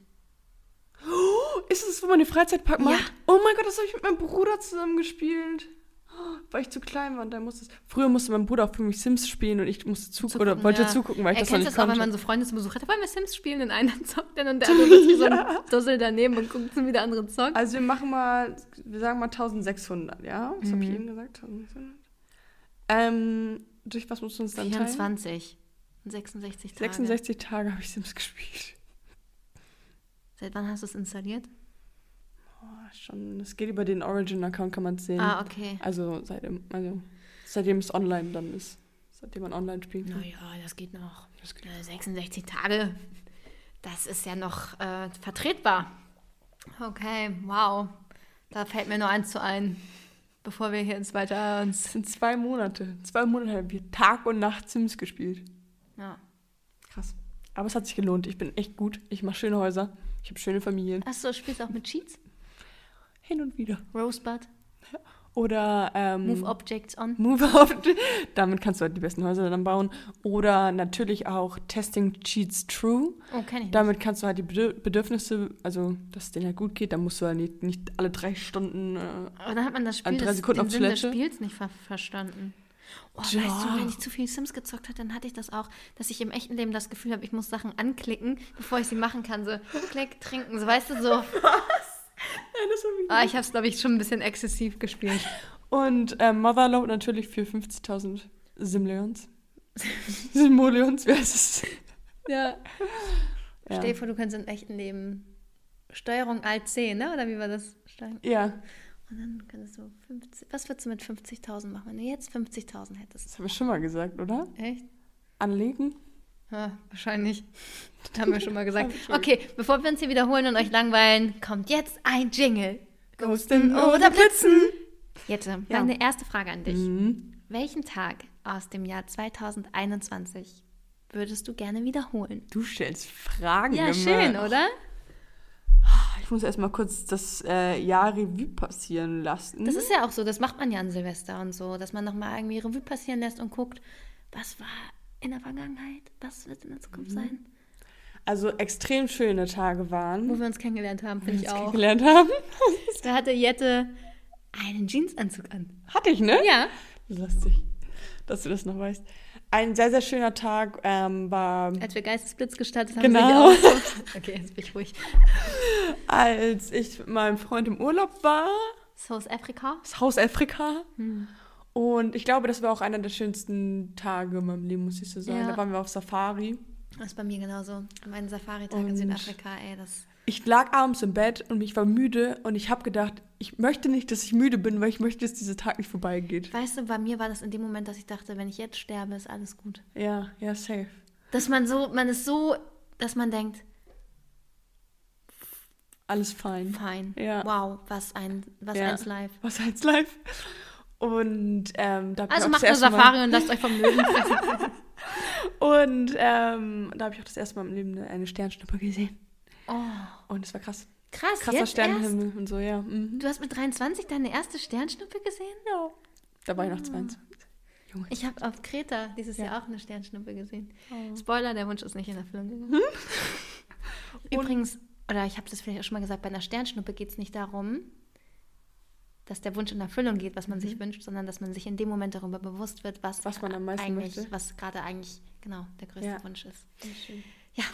Speaker 2: Oh, Ist es, wo man den Freizeitpark
Speaker 1: Ja.
Speaker 2: macht? Oh mein Gott, das habe ich mit meinem Bruder zusammen gespielt. Oh, Weil ich zu klein war und dann musste es. Früher musste mein Bruder auch für mich Sims spielen und ich musste zugucken oder
Speaker 1: Zugucken,
Speaker 2: wollte
Speaker 1: ja.
Speaker 2: zugucken, weil ich
Speaker 1: Er
Speaker 2: das noch
Speaker 1: kennt
Speaker 2: nicht
Speaker 1: das auch,
Speaker 2: konnte.
Speaker 1: wenn man so Freunde zu Besuch hat. Wollen wir Sims spielen? Und einer zockt dann und der andere sitzt wie so
Speaker 2: Ja.
Speaker 1: ein Dussel daneben und guckt zu, wie der andere zockt.
Speaker 2: Also wir machen mal, wir sagen mal 1600, ja? Was
Speaker 1: Mhm.
Speaker 2: habe ich eben gesagt? 1600. Ähm, durch was musst du uns dann teilen?
Speaker 1: 24 und 66 Tage.
Speaker 2: 66 Tage habe ich Sims gespielt.
Speaker 1: Seit wann hast du es installiert?
Speaker 2: Boah, schon, es geht über den Origin-Account, kann man es sehen.
Speaker 1: Ah, okay.
Speaker 2: Also seitdem, also seitdem es online dann ist. Seitdem man online spielt.
Speaker 1: Naja, das geht noch. Äh, 66 Tage. Das ist ja noch äh, vertretbar. Okay, wow. Da fällt mir nur eins zu ein, bevor wir hier ins Weiter uns.
Speaker 2: Das sind zwei Monate. Zwei Monate haben wir Tag und Nacht Sims gespielt.
Speaker 1: Ja.
Speaker 2: Krass. Aber es hat sich gelohnt. Ich bin echt gut. Ich mache schöne Häuser. Ich habe schöne Familien.
Speaker 1: Achso, spielst du auch mit Cheats?
Speaker 2: Hin und wieder.
Speaker 1: Rosebud? Hm.
Speaker 2: Oder ähm,
Speaker 1: Move Objects on?
Speaker 2: Move Up. Damit kannst du halt die besten Häuser dann bauen. Oder natürlich auch Testing Cheats True.
Speaker 1: Oh, kenn ich nicht.
Speaker 2: Damit kannst du halt die Bedür- Bedürfnisse, also dass es denen halt gut geht, dann musst du halt nicht, nicht alle drei Stunden. Äh,
Speaker 1: Aber dann hat man das
Speaker 2: An
Speaker 1: Spiel,
Speaker 2: drei
Speaker 1: das,
Speaker 2: Sekunden
Speaker 1: den
Speaker 2: auf
Speaker 1: Sinn des
Speaker 2: Toilette.
Speaker 1: Spiels nicht ver verstanden. Oh,
Speaker 2: Ja.
Speaker 1: weißt du, wenn ich zu viel Sims gezockt habe, dann hatte ich das auch, dass ich im echten Leben das Gefühl habe, ich muss Sachen anklicken, bevor ich sie machen kann. So, klick, trinken, so, weißt du, so. Ah, ich habe es, glaube ich, schon ein bisschen exzessiv gespielt.
Speaker 2: Und äh, Motherload natürlich für 50.000 Simleons. Simoleons, wer ist es?
Speaker 1: Ja.
Speaker 2: Ja.
Speaker 1: Stell dir vor, du kannst im echten Leben Steuerung Alt C, ne? Oder wie war das? Steuerung-
Speaker 2: Ja,
Speaker 1: Und dann kannst du 50, was würdest du mit 50.000 machen, wenn du jetzt 50.000 hättest?
Speaker 2: das haben wir schon mal gesagt, oder?
Speaker 1: Echt?
Speaker 2: Anlegen?
Speaker 1: Ja, wahrscheinlich. Das haben wir schon mal gesagt.
Speaker 2: Entschuldigung.
Speaker 1: Okay, bevor wir uns hier wiederholen und euch langweilen, kommt jetzt ein Jingle.
Speaker 2: Ghosten
Speaker 1: oder
Speaker 2: Blitzen?
Speaker 1: Jette,
Speaker 2: Ja.
Speaker 1: meine erste Frage an dich.
Speaker 2: Mhm.
Speaker 1: Welchen Tag aus dem Jahr 2021 würdest du gerne wiederholen?
Speaker 2: Du stellst Fragen.
Speaker 1: Ja,
Speaker 2: immer. Oh,
Speaker 1: schön, oder?
Speaker 2: Ich muss erstmal kurz das äh, Jahr Revue passieren lassen.
Speaker 1: Das ist ja auch so, das macht man ja an Silvester und so, dass man nochmal irgendwie Revue passieren lässt und guckt, was war in der Vergangenheit, was wird in der
Speaker 2: Mhm.
Speaker 1: Zukunft sein.
Speaker 2: also extrem schöne Tage waren,
Speaker 1: Wo wir uns kennengelernt haben,
Speaker 2: die
Speaker 1: finde ich
Speaker 2: wir
Speaker 1: auch.
Speaker 2: kennengelernt haben.
Speaker 1: Da hatte Jette einen Jeansanzug an.
Speaker 2: Hatte ich, ne?
Speaker 1: Ja.
Speaker 2: Lustig, dass du das noch weißt. Ein sehr, sehr schöner Tag ähm, war,
Speaker 1: Als wir Geistesblitz gestartet haben,
Speaker 2: Genau.
Speaker 1: sind wir auch so. Okay, jetzt bin ich ruhig.
Speaker 2: als ich mit meinem Freund im Urlaub war.
Speaker 1: South Africa.
Speaker 2: das Haus Afrika.
Speaker 1: Hm.
Speaker 2: Und ich glaube, das war auch einer der schönsten Tage in meinem Leben, muss ich so sagen.
Speaker 1: Ja.
Speaker 2: Da waren wir auf Safari.
Speaker 1: Das ist bei mir genauso. Mein Safari-Tag
Speaker 2: Und-
Speaker 1: in Südafrika, ey, das.
Speaker 2: Ich lag abends im Bett und ich war müde und ich habe gedacht, ich möchte nicht, dass ich müde bin, weil ich möchte, dass dieser Tag nicht vorbeigeht.
Speaker 1: Weißt du, bei mir war das in dem Moment, dass ich dachte, wenn ich jetzt sterbe, ist alles gut.
Speaker 2: Ja, ja, safe.
Speaker 1: Dass man so, man ist so, dass man denkt,
Speaker 2: Alles fein.
Speaker 1: fein.
Speaker 2: Ja.
Speaker 1: Wow, was ein, was
Speaker 2: ja.
Speaker 1: eins live.
Speaker 2: Was eins live. Und ähm, da hab ich
Speaker 1: Also
Speaker 2: auch das
Speaker 1: macht eine
Speaker 2: erste
Speaker 1: Safari und lasst euch vom Löwen fressen.
Speaker 2: Mal, und ähm, da habe ich auch das erste Mal im Leben eine Sternschnuppe gesehen.
Speaker 1: Oh,
Speaker 2: Und es war krass.
Speaker 1: krass,
Speaker 2: Krasser
Speaker 1: jetzt erst?
Speaker 2: Sternenhimmel und so, ja. Mhm.
Speaker 1: Du hast mit 23 deine erste Sternschnuppe gesehen?
Speaker 2: ja. Da war ich noch
Speaker 1: Ah.
Speaker 2: 22. Junge.
Speaker 1: Ich habe auf Kreta dieses Jahr auch eine Sternschnuppe gesehen.
Speaker 2: Oh.
Speaker 1: Spoiler, der Wunsch ist nicht in Erfüllung gegangen.
Speaker 2: Hm?
Speaker 1: Übrigens, oder ich habe das vielleicht auch schon mal gesagt, bei einer Sternschnuppe geht es nicht darum, dass der Wunsch in Erfüllung geht, was man sich wünscht, sondern dass man sich in dem Moment darüber bewusst wird, was,
Speaker 2: Mhm. Was man am meisten
Speaker 1: eigentlich,
Speaker 2: möchte.
Speaker 1: was gerade eigentlich genau der größte
Speaker 2: Ja.
Speaker 1: Wunsch ist.
Speaker 2: Ja.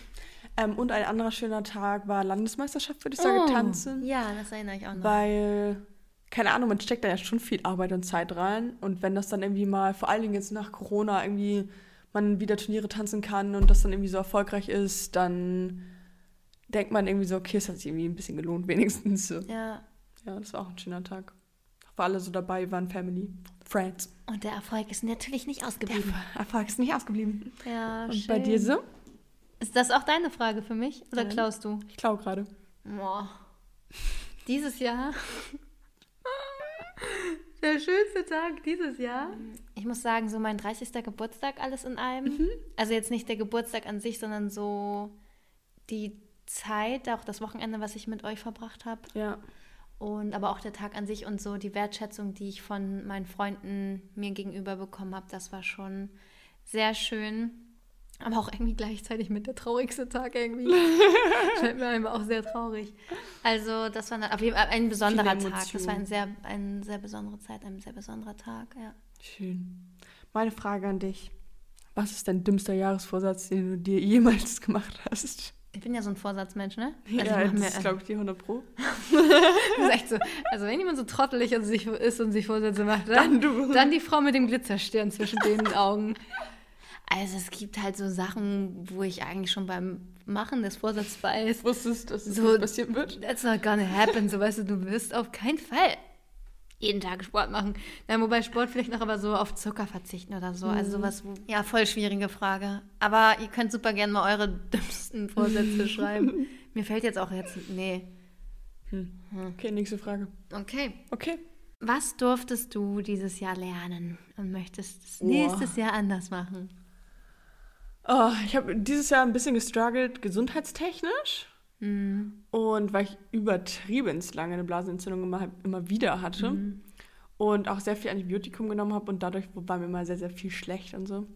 Speaker 2: Ähm, und ein anderer schöner Tag war Landesmeisterschaft, würde ich sagen, tanzen.
Speaker 1: Oh. Ja, das erinnere ich auch noch.
Speaker 2: Weil, keine Ahnung, man steckt da ja schon viel Arbeit und Zeit rein. Und wenn das dann irgendwie mal, vor allen Dingen jetzt nach Corona, irgendwie man wieder Turniere tanzen kann und das dann irgendwie so erfolgreich ist, dann denkt man irgendwie so, okay, es hat sich irgendwie ein bisschen gelohnt, wenigstens. So.
Speaker 1: ja.
Speaker 2: Ja, das war auch ein schöner Tag. Auch War alle so dabei, waren Family, Friends.
Speaker 1: Und der Erfolg ist natürlich nicht
Speaker 2: Der
Speaker 1: ausgeblieben.
Speaker 2: Erfolg ist nicht ausgeblieben.
Speaker 1: Ja,
Speaker 2: Und bei dir so?
Speaker 1: Ist das auch deine Frage für mich? Oder
Speaker 2: Nein.
Speaker 1: klaust du?
Speaker 2: Ich glaube gerade.
Speaker 1: Boah. Dieses Jahr. Der schönste Tag dieses Jahr. Ich muss sagen, so mein 30. Geburtstag alles in allem. Also jetzt nicht der Geburtstag an sich, sondern so die Zeit, auch das Wochenende, was ich mit euch verbracht habe.
Speaker 2: Ja.
Speaker 1: Und aber auch der Tag an sich und so die Wertschätzung, die ich von meinen Freunden mir gegenüber bekommen habe, das war schon sehr schön. Aber auch irgendwie gleichzeitig mit der traurigste Tag irgendwie. Fällt mir einfach auch sehr traurig. Also das war auf jeden Fall ein besonderer
Speaker 2: Viele
Speaker 1: Tag. Das war
Speaker 2: Emotionen.
Speaker 1: ein sehr, eine sehr besondere Zeit, ein sehr besonderer Tag, ja.
Speaker 2: Schön. Meine Frage an dich. Was ist dein dümmster Jahresvorsatz, den du dir jemals gemacht hast?
Speaker 1: Ich bin ja so ein Vorsatzmensch, ne?
Speaker 2: ja,
Speaker 1: ich mach mir-
Speaker 2: das ist, glaube ich, die 100 Pro.
Speaker 1: das ist echt so. Also wenn jemand so trottelig und sich, ist und sich Vorsätze macht, dann,
Speaker 2: Dann du.
Speaker 1: Dann die Frau mit dem Glitzerstern zwischen den Augen. Also es gibt halt so Sachen, wo ich eigentlich schon beim Machen des Vorsatzes weiß,
Speaker 2: Wusstest, dass es
Speaker 1: So-
Speaker 2: so passieren wird?
Speaker 1: that's not gonna happen. So weißt du, du wirst auf keinen Fall jeden Tag Sport machen. Na, wobei Sport vielleicht noch aber so auf Zucker verzichten oder so. Also sowas, wo, ja, voll schwierige Frage. Aber ihr könnt super gerne mal eure dümmsten Vorsätze schreiben. Mir fällt jetzt auch jetzt, nee.
Speaker 2: Okay, nächste Frage.
Speaker 1: Okay.
Speaker 2: Okay.
Speaker 1: Was durftest du dieses Jahr lernen und möchtest es
Speaker 2: Oh.
Speaker 1: nächstes Jahr anders machen?
Speaker 2: Oh, ich habe dieses Jahr ein bisschen gestruggelt, gesundheitstechnisch. Und weil ich übertrieben lange eine Blasenentzündung immer, immer wieder hatte. Und auch sehr viel Antibiotikum genommen habe und dadurch war mir immer sehr, sehr viel schlecht und so.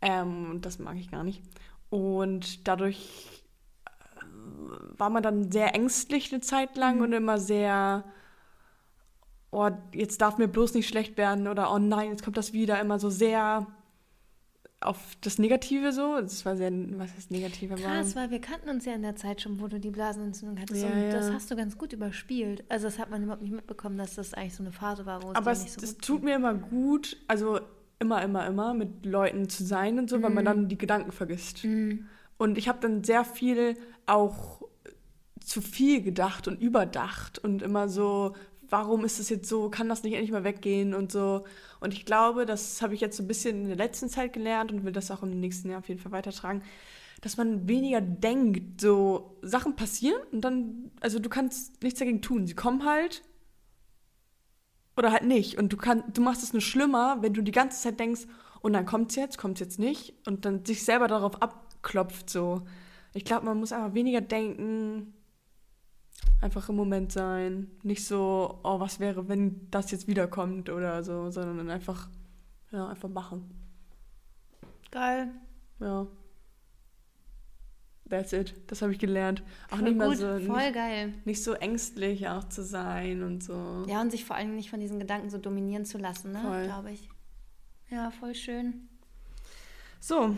Speaker 2: Ähm, und das mag ich gar nicht. Und dadurch äh, war man dann sehr ängstlich eine Zeit lang und immer sehr, oh, jetzt darf mir bloß nicht schlecht werden oder oh nein, jetzt kommt das wieder. Immer so sehr auf das Negative so. Das war sehr, was heißt negative
Speaker 1: Krass, weil wir kannten uns ja in der Zeit schon, wo du die Blasenentzündung hattest.
Speaker 2: Ja,
Speaker 1: und
Speaker 2: ja.
Speaker 1: das hast du ganz gut überspielt. Also das hat man überhaupt nicht mitbekommen, dass das eigentlich so eine Phase war, wo es
Speaker 2: Aber
Speaker 1: dir
Speaker 2: es,
Speaker 1: nicht so
Speaker 2: es
Speaker 1: gut
Speaker 2: tut mir immer gut, also immer, immer, immer mit Leuten zu sein und so, weil man
Speaker 1: Mm.
Speaker 2: dann die Gedanken vergisst. Und ich habe dann sehr viel auch zu viel gedacht und überdacht und immer so, warum ist das jetzt so, kann das nicht endlich mal weggehen und so. Und ich glaube, das habe ich jetzt so ein bisschen in der letzten Zeit gelernt und will das auch im nächsten Jahr auf jeden Fall weitertragen, dass man weniger denkt, so Sachen passieren und dann, also du kannst nichts dagegen tun, sie kommen halt oder halt nicht. Und du, kann, du machst es nur schlimmer, wenn du die ganze Zeit denkst, und dann kommt's jetzt, kommt's jetzt nicht. Und dann sich selber darauf abklopft so. Ich glaube, man muss einfach weniger denken, einfach im Moment sein. Nicht so, oh, was wäre, wenn das jetzt wiederkommt oder so, sondern dann einfach, ja, einfach machen.
Speaker 1: Geil.
Speaker 2: Ja. That's it. Das habe ich gelernt. Auch
Speaker 1: Voll
Speaker 2: nicht mal
Speaker 1: gut,
Speaker 2: so,
Speaker 1: voll
Speaker 2: nicht,
Speaker 1: geil.
Speaker 2: nicht so ängstlich auch zu sein und so.
Speaker 1: Ja, und sich vor allem nicht von diesen Gedanken so dominieren zu lassen,
Speaker 2: Voll.
Speaker 1: ne? Glaube ich. Ja, voll schön.
Speaker 2: So,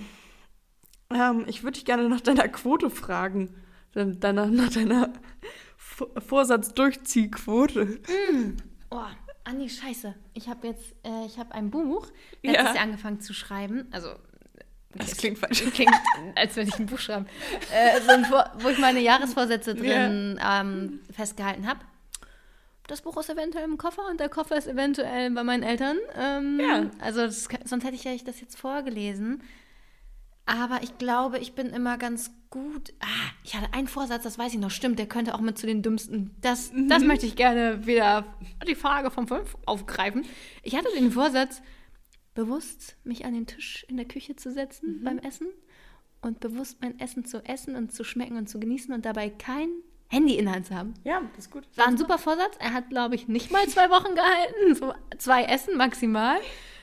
Speaker 2: ähm, ich würde dich gerne nach deiner Quote fragen. Dann- Deiner, nach deiner V- Vorsatz-Durchziehquote.
Speaker 1: Oh, Andi, scheiße. Ich habe jetzt, äh, ich habe ein Buch
Speaker 2: Ja.
Speaker 1: letztes Jahr angefangen zu schreiben. Also,
Speaker 2: Das klingt falsch.
Speaker 1: klingt, als würde ich ein Buch schreiben. Äh, so ein, Vor- wo ich meine Jahresvorsätze drin ähm, festgehalten habe. Das Buch ist eventuell im Koffer und der Koffer ist eventuell bei meinen Eltern. Ähm,
Speaker 2: Ja.
Speaker 1: Also das, kann- sonst hätte ich ja ich das jetzt vorgelesen. Aber ich glaube, ich bin immer ganz gut. Ah, ich hatte einen Vorsatz, das weiß ich noch. Stimmt, der könnte auch mit zu den dümmsten. Das, das möchte ich gerne wieder die Frage von fünf aufgreifen. Ich hatte den Vorsatz, bewusst mich an den Tisch in der Küche zu setzen beim Essen und bewusst mein Essen zu essen und zu schmecken und zu genießen und dabei kein Handy in der Hand zu haben.
Speaker 2: Ja, das ist gut.
Speaker 1: War ein super Vorsatz. Er hat, glaube ich, nicht mal zwei Wochen gehalten. So zwei Essen maximal.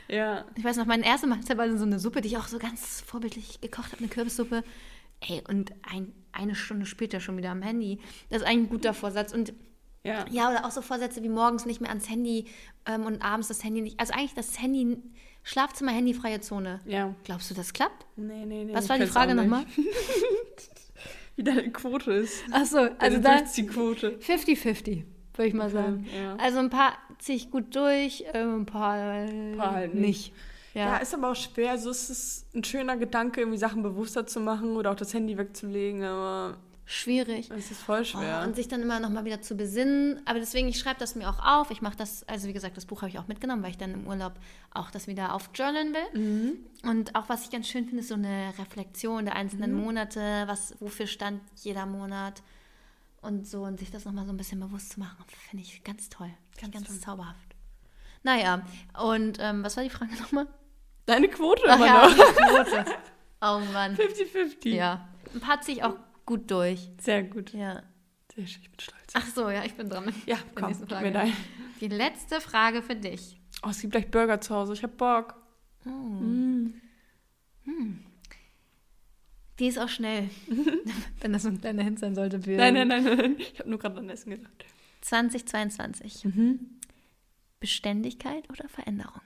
Speaker 2: Ja.
Speaker 1: Ich weiß noch, meine erste Mahlzeit war so eine Suppe, die ich auch so ganz vorbildlich gekocht habe, eine Kürbissuppe. Ey, und ein, eine Stunde später schon wieder am Handy. Das ist eigentlich ein guter Vorsatz. Und
Speaker 2: Ja.
Speaker 1: ja, oder auch so Vorsätze wie morgens nicht mehr ans Handy ähm, und abends das Handy nicht. Also eigentlich das Handy, Schlafzimmer, handyfreie Zone.
Speaker 2: Ja.
Speaker 1: Glaubst du, das klappt?
Speaker 2: Nee, nee, nee.
Speaker 1: Was
Speaker 2: ich
Speaker 1: war die
Speaker 2: kann's auch
Speaker 1: Frage
Speaker 2: nicht.
Speaker 1: nochmal?
Speaker 2: Wie deine Quote ist.
Speaker 1: Achso, also
Speaker 2: Deine
Speaker 1: da
Speaker 2: Durchziehquote.
Speaker 1: 50-50, würde ich mal sagen.
Speaker 2: ja.
Speaker 1: Also ein paar ziehe ich gut durch, ähm, ein paar, ein
Speaker 2: paar halt nicht.
Speaker 1: nicht.
Speaker 2: Ja.
Speaker 1: Ja.
Speaker 2: ist aber auch schwer. So ist es ein schöner Gedanke, irgendwie Sachen bewusster zu machen oder auch das Handy wegzulegen, aber
Speaker 1: schwierig.
Speaker 2: es ist voll schwer.
Speaker 1: Oh, und sich dann immer noch mal wieder zu besinnen. Aber deswegen, ich schreibe das mir auch auf. Ich mache das, also wie gesagt, das Buch habe ich auch mitgenommen, weil ich dann im Urlaub auch das wieder aufjournalen will. Und auch was ich ganz schön finde, ist so eine Reflexion der einzelnen Monate, was, wofür stand jeder Monat und so. Und sich das nochmal so ein bisschen bewusst zu machen, finde ich ganz toll. Ganz, ganz zauberhaft. Naja, und ähm, was war die Frage nochmal?
Speaker 2: deine Quote
Speaker 1: Ach
Speaker 2: immer
Speaker 1: ja,
Speaker 2: noch.
Speaker 1: die Quote. Oh Mann.
Speaker 2: 50-50.
Speaker 1: Ja. Ein paar ziehe ich auch gut durch.
Speaker 2: Sehr gut.
Speaker 1: Ja.
Speaker 2: Sehr schön, ich bin stolz.
Speaker 1: Ach so, ja, ich bin dran.
Speaker 2: Ja,
Speaker 1: Der
Speaker 2: komm,
Speaker 1: nächsten
Speaker 2: gib
Speaker 1: Frage.
Speaker 2: mir dein.
Speaker 1: Die letzte Frage für dich.
Speaker 2: Oh, es gibt gleich Burger zu Hause. Ich hab Bock.
Speaker 1: Die ist auch schnell. Wenn das so ein kleiner Hint sein sollte für
Speaker 2: Nein, nein, nein, nein. nein. Ich habe nur gerade an Essen gedacht.
Speaker 1: 2022. Mhm. Beständigkeit oder Veränderung?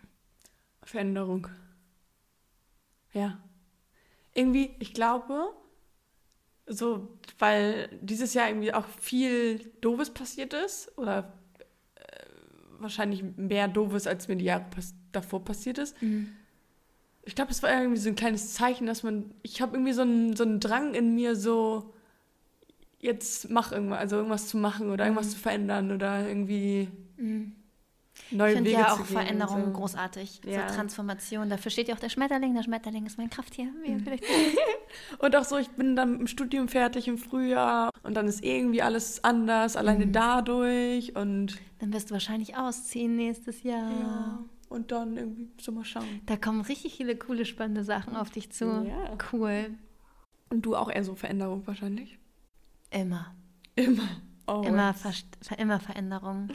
Speaker 2: Veränderung. Ja. Irgendwie, ich glaube, so, weil dieses Jahr irgendwie auch viel Doofes passiert ist oder äh, wahrscheinlich mehr Doofes, als mir die Jahre pass davor passiert ist.
Speaker 1: Mhm.
Speaker 2: Ich glaube, es war irgendwie so ein kleines Zeichen, dass man, ich habe irgendwie so einen, so einen Drang in mir, so, jetzt mach irgendwas, also irgendwas zu machen oder
Speaker 1: Mhm.
Speaker 2: irgendwas zu verändern oder irgendwie neue
Speaker 1: Ich finde
Speaker 2: Wege
Speaker 1: ja
Speaker 2: zu
Speaker 1: auch
Speaker 2: gehen und
Speaker 1: Veränderung
Speaker 2: so.
Speaker 1: großartig.
Speaker 2: also. Ja.
Speaker 1: So Transformation. Dafür steht ja auch der Schmetterling. Der Schmetterling ist mein Krafttier. Mhm. Wie ihr vielleicht
Speaker 2: Und auch so, ich bin dann im Studium fertig im Frühjahr und dann ist irgendwie alles
Speaker 1: Mhm.
Speaker 2: anders, alleine dadurch und
Speaker 1: Dann wirst du wahrscheinlich ausziehen nächstes Jahr.
Speaker 2: Und dann irgendwie so mal schauen.
Speaker 1: Da kommen richtig viele coole, spannende Sachen auf dich zu.
Speaker 2: Ja.
Speaker 1: Cool.
Speaker 2: Und du auch eher so Veränderung wahrscheinlich?
Speaker 1: Immer.
Speaker 2: Immer. Oh,
Speaker 1: Immer, Ver Ver- immer Veränderungen.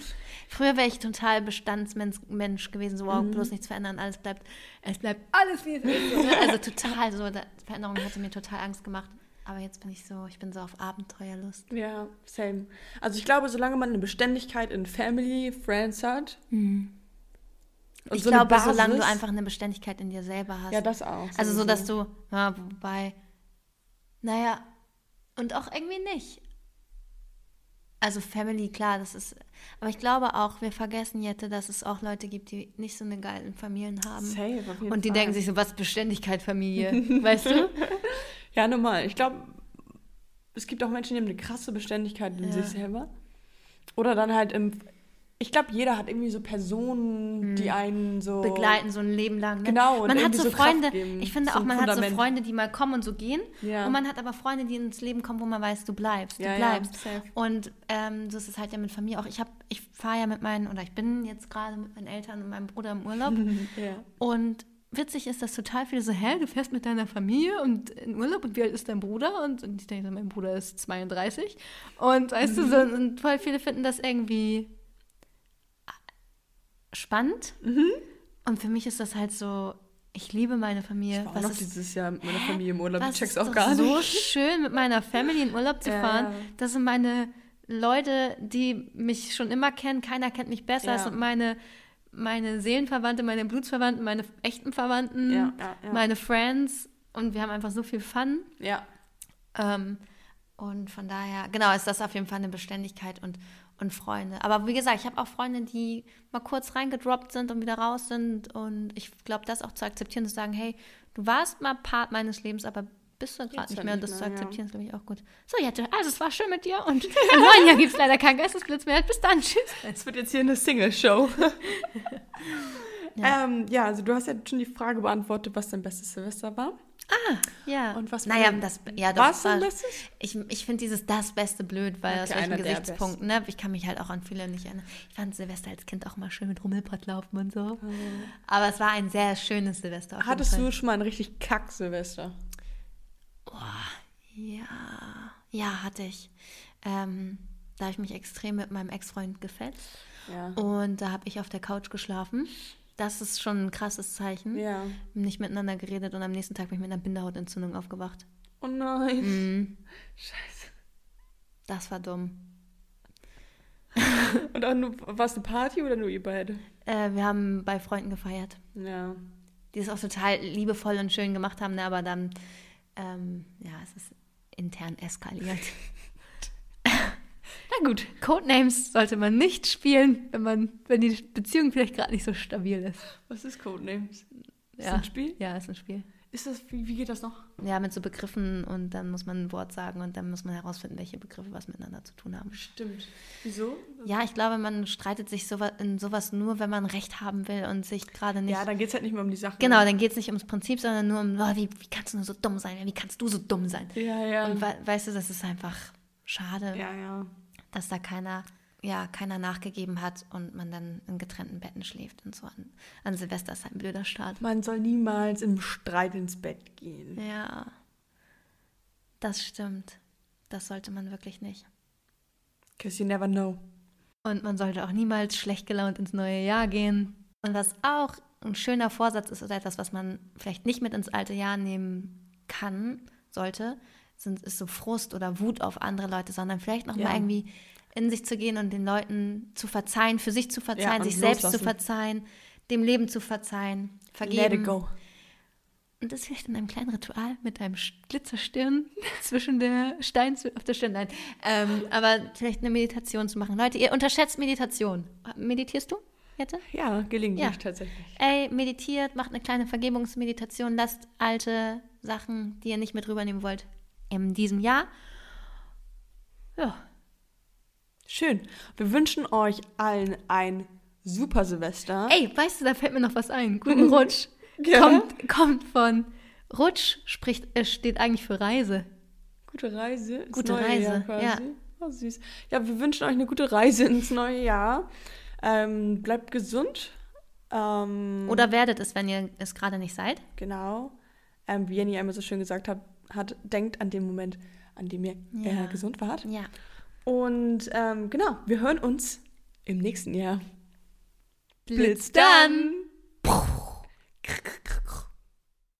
Speaker 1: Früher wäre ich total Bestandsmensch Mensch gewesen, so wow,
Speaker 2: Mhm.
Speaker 1: bloß nichts verändern, alles bleibt, es bleibt alles wie es ist. ne? Also total so, da, Veränderung hatte mir total Angst gemacht. Aber jetzt bin ich so, ich bin so auf Abenteuerlust.
Speaker 2: Ja, same. Also ich glaube, solange man eine Beständigkeit in Family, Friends hat. und
Speaker 1: ich
Speaker 2: so eine
Speaker 1: glaube,
Speaker 2: Basis-
Speaker 1: solange du einfach eine Beständigkeit in dir selber hast.
Speaker 2: Ja, das auch.
Speaker 1: also so,
Speaker 2: sowieso.
Speaker 1: dass du, ja, wobei, naja, und auch irgendwie nicht. Also Family, klar, das ist, aber ich glaube auch, wir vergessen jetzt, dass es auch Leute gibt, die nicht so eine geile Familien haben.
Speaker 2: Safe, auf jeden
Speaker 1: Und die
Speaker 2: Fall.
Speaker 1: denken sich so, was Beständigkeit, Familie, weißt du?
Speaker 2: Ja, normal. Ich glaube, es gibt auch Menschen, die haben eine krasse Beständigkeit in
Speaker 1: Ja.
Speaker 2: sich selber. Oder dann halt im. Ich glaube, jeder hat irgendwie so Personen, die einen so.
Speaker 1: Hm. Begleiten so ein Leben lang. Ne?
Speaker 2: Genau, und
Speaker 1: Man hat
Speaker 2: irgendwie
Speaker 1: so
Speaker 2: so Kraft
Speaker 1: Freunde,
Speaker 2: geben,
Speaker 1: ich finde
Speaker 2: so
Speaker 1: auch,
Speaker 2: ein
Speaker 1: man hat so
Speaker 2: Fundament.
Speaker 1: Freunde, die mal kommen und so gehen.
Speaker 2: Ja.
Speaker 1: Und man hat aber Freunde, die ins Leben kommen, wo man weiß, du bleibst, du
Speaker 2: Ja, ja,
Speaker 1: bleibst.
Speaker 2: safe.
Speaker 1: und ähm, so ist es halt ja mit Familie auch. Ich, hab- ich fahre ja mit meinen, oder ich bin jetzt gerade mit meinen Eltern und meinem Bruder im Urlaub.
Speaker 2: Ja.
Speaker 1: Und witzig ist, dass total viele so, hä, du fährst mit deiner Familie und in Urlaub und wie alt ist dein Bruder? Und, und ich denke, so, mein Bruder ist 32. Und weißt du, so,
Speaker 2: Mhm.
Speaker 1: und voll viele finden das irgendwie spannend.
Speaker 2: Mhm.
Speaker 1: Und für mich ist das halt so, ich liebe meine Familie.
Speaker 2: Ich war auch
Speaker 1: Was
Speaker 2: noch
Speaker 1: ist,
Speaker 2: dieses Jahr mit meiner Familie im Urlaub.
Speaker 1: was
Speaker 2: Ich check's
Speaker 1: ist
Speaker 2: auch
Speaker 1: doch
Speaker 2: gar
Speaker 1: so
Speaker 2: nicht.
Speaker 1: schön, mit meiner Family in Urlaub zu
Speaker 2: Ja,
Speaker 1: fahren.
Speaker 2: ja.
Speaker 1: Das sind meine Leute, die mich schon immer kennen. Keiner kennt mich besser.
Speaker 2: Ja.
Speaker 1: Das sind meine, meine Seelenverwandte, meine Blutsverwandten, meine echten Verwandten,
Speaker 2: Ja, ja, ja.
Speaker 1: meine Friends. Und wir haben einfach so viel Fun.
Speaker 2: Ja.
Speaker 1: Ähm, und von daher, genau, ist das auf jeden Fall eine Beständigkeit und, und Freunde. Aber wie gesagt, ich habe auch Freunde, die mal kurz reingedroppt sind und wieder raus sind. Und ich glaube, das auch zu akzeptieren, zu sagen, hey, du warst mal Part meines Lebens, aber bist du
Speaker 2: Jetzt
Speaker 1: gerade nicht
Speaker 2: halt
Speaker 1: mehr. Und
Speaker 2: nicht
Speaker 1: das zu
Speaker 2: mehr, ja.
Speaker 1: akzeptieren, ist, glaube ich, auch gut. So, Jette, also es war schön mit dir. Und im neuen Jahr gibt es leider keinen Geistesblitz mehr. Bis dann, tschüss.
Speaker 2: Es wird jetzt hier eine Single-Show. ja. Ähm, ja, also du hast ja schon die Frage beantwortet, was dein bestes Silvester war.
Speaker 1: Ja.
Speaker 2: Und was
Speaker 1: naja,
Speaker 2: blöd.
Speaker 1: das, ja, das
Speaker 2: War's
Speaker 1: war,
Speaker 2: dein Bestes?
Speaker 1: Ich, ich finde dieses das Beste blöd, weil
Speaker 2: Okay,
Speaker 1: aus welchem
Speaker 2: einer der
Speaker 1: Gesichtspunkt, ne? Ich kann mich halt auch an viele nicht erinnern. Ich fand Silvester als Kind auch mal schön mit Rummelpott laufen und so. Aber es war ein sehr schönes Silvester. Auf
Speaker 2: Oh. Hattest
Speaker 1: jeden
Speaker 2: du schon mal ein richtig Kack-Silvester?
Speaker 1: Fall. Ja, ja, hatte ich. Ähm, da habe ich mich extrem mit meinem Ex-Freund gefetzt.
Speaker 2: Ja.
Speaker 1: Und da habe ich auf der Couch geschlafen. Das ist schon ein krasses Zeichen.
Speaker 2: Ja.
Speaker 1: Nicht miteinander geredet und am nächsten Tag bin ich mit einer Bindehautentzündung aufgewacht.
Speaker 2: Oh nein.
Speaker 1: Mhm. Scheiße. Das war dumm.
Speaker 2: Und auch nur, war es eine Party oder nur ihr beide?
Speaker 1: Äh, wir haben bei Freunden gefeiert,
Speaker 2: Ja.
Speaker 1: die es auch total liebevoll und schön gemacht haben, ne? aber dann, ähm, ja, es ist intern eskaliert. Na gut, Codenames sollte man nicht spielen, wenn man, wenn die Beziehung vielleicht gerade nicht so stabil ist.
Speaker 2: Was ist Codenames? Ist das
Speaker 1: Ja.
Speaker 2: ein Spiel?
Speaker 1: Ja, ist ein Spiel.
Speaker 2: Ist das, wie, wie geht das noch?
Speaker 1: Ja, mit so Begriffen und dann muss man ein Wort sagen und dann muss man herausfinden, welche Begriffe was miteinander zu tun haben.
Speaker 2: Stimmt. Wieso?
Speaker 1: Ja, ich glaube, man streitet sich sowas, in sowas nur, wenn man Recht haben will und sich gerade nicht
Speaker 2: Ja, dann geht es halt nicht mehr um die Sache.
Speaker 1: Genau, dann geht es nicht ums Prinzip, sondern nur um, oh, wie, wie kannst du nur so dumm sein? Wie kannst du so dumm sein?
Speaker 2: Ja, ja.
Speaker 1: Und we weißt du, das ist einfach schade,
Speaker 2: Ähm, ja, ja.
Speaker 1: dass da keiner, ja, keiner nachgegeben hat und man dann in getrennten Betten schläft und so. An, an Silvester ist halt ein blöder Start.
Speaker 2: Man soll niemals im Streit ins Bett gehen.
Speaker 1: Ja, das stimmt. Das sollte man wirklich nicht.
Speaker 2: Because you never know.
Speaker 1: Und man sollte auch niemals schlecht gelaunt ins neue Jahr gehen. Und was auch ein schöner Vorsatz ist oder etwas, was man vielleicht nicht mit ins alte Jahr nehmen kann, sollte, sind, ist so Frust oder Wut auf andere Leute, sondern vielleicht nochmal mal
Speaker 2: Ja.
Speaker 1: irgendwie in sich zu gehen und den Leuten zu verzeihen, für sich zu verzeihen,
Speaker 2: und
Speaker 1: sich selbst zu
Speaker 2: loslassen.
Speaker 1: verzeihen, dem Leben zu verzeihen, vergeben.
Speaker 2: Let it go.
Speaker 1: Und das vielleicht in einem kleinen Ritual mit einem Glitzerstern zwischen der Stein auf der Stirn. Nein, ähm, aber vielleicht eine Meditation zu machen. Leute, ihr unterschätzt Meditation. Meditierst du, Jette?
Speaker 2: Ja, gelegentlich
Speaker 1: Ja.
Speaker 2: tatsächlich.
Speaker 1: Ey, meditiert, macht eine kleine Vergebungsmeditation, lasst alte Sachen, die ihr nicht mit rübernehmen wollt, in diesem Jahr. Ja,
Speaker 2: Schön. Wir wünschen euch allen ein super Silvester.
Speaker 1: Ey, weißt du, da fällt mir noch was ein. Guten Rutsch.
Speaker 2: Ja.
Speaker 1: kommt, kommt von Rutsch spricht, äh, steht eigentlich für Reise.
Speaker 2: Gute Reise. Ins
Speaker 1: Gute
Speaker 2: neue Jahr
Speaker 1: Reise,
Speaker 2: quasi.
Speaker 1: ja.
Speaker 2: Oh, süß. Ja, wir wünschen euch eine gute Reise ins neue Jahr. Ähm, bleibt gesund. Ähm,
Speaker 1: Oder werdet es, wenn ihr es gerade nicht seid.
Speaker 2: Genau. Ähm, wie Jenny einmal so schön gesagt hat, hat denkt an den Moment, an dem ihr
Speaker 1: Ja.
Speaker 2: äh, gesund wart.
Speaker 1: Ja.
Speaker 2: Und ähm, genau, wir hören uns im nächsten Jahr.
Speaker 1: Blitz dann!
Speaker 2: Puh.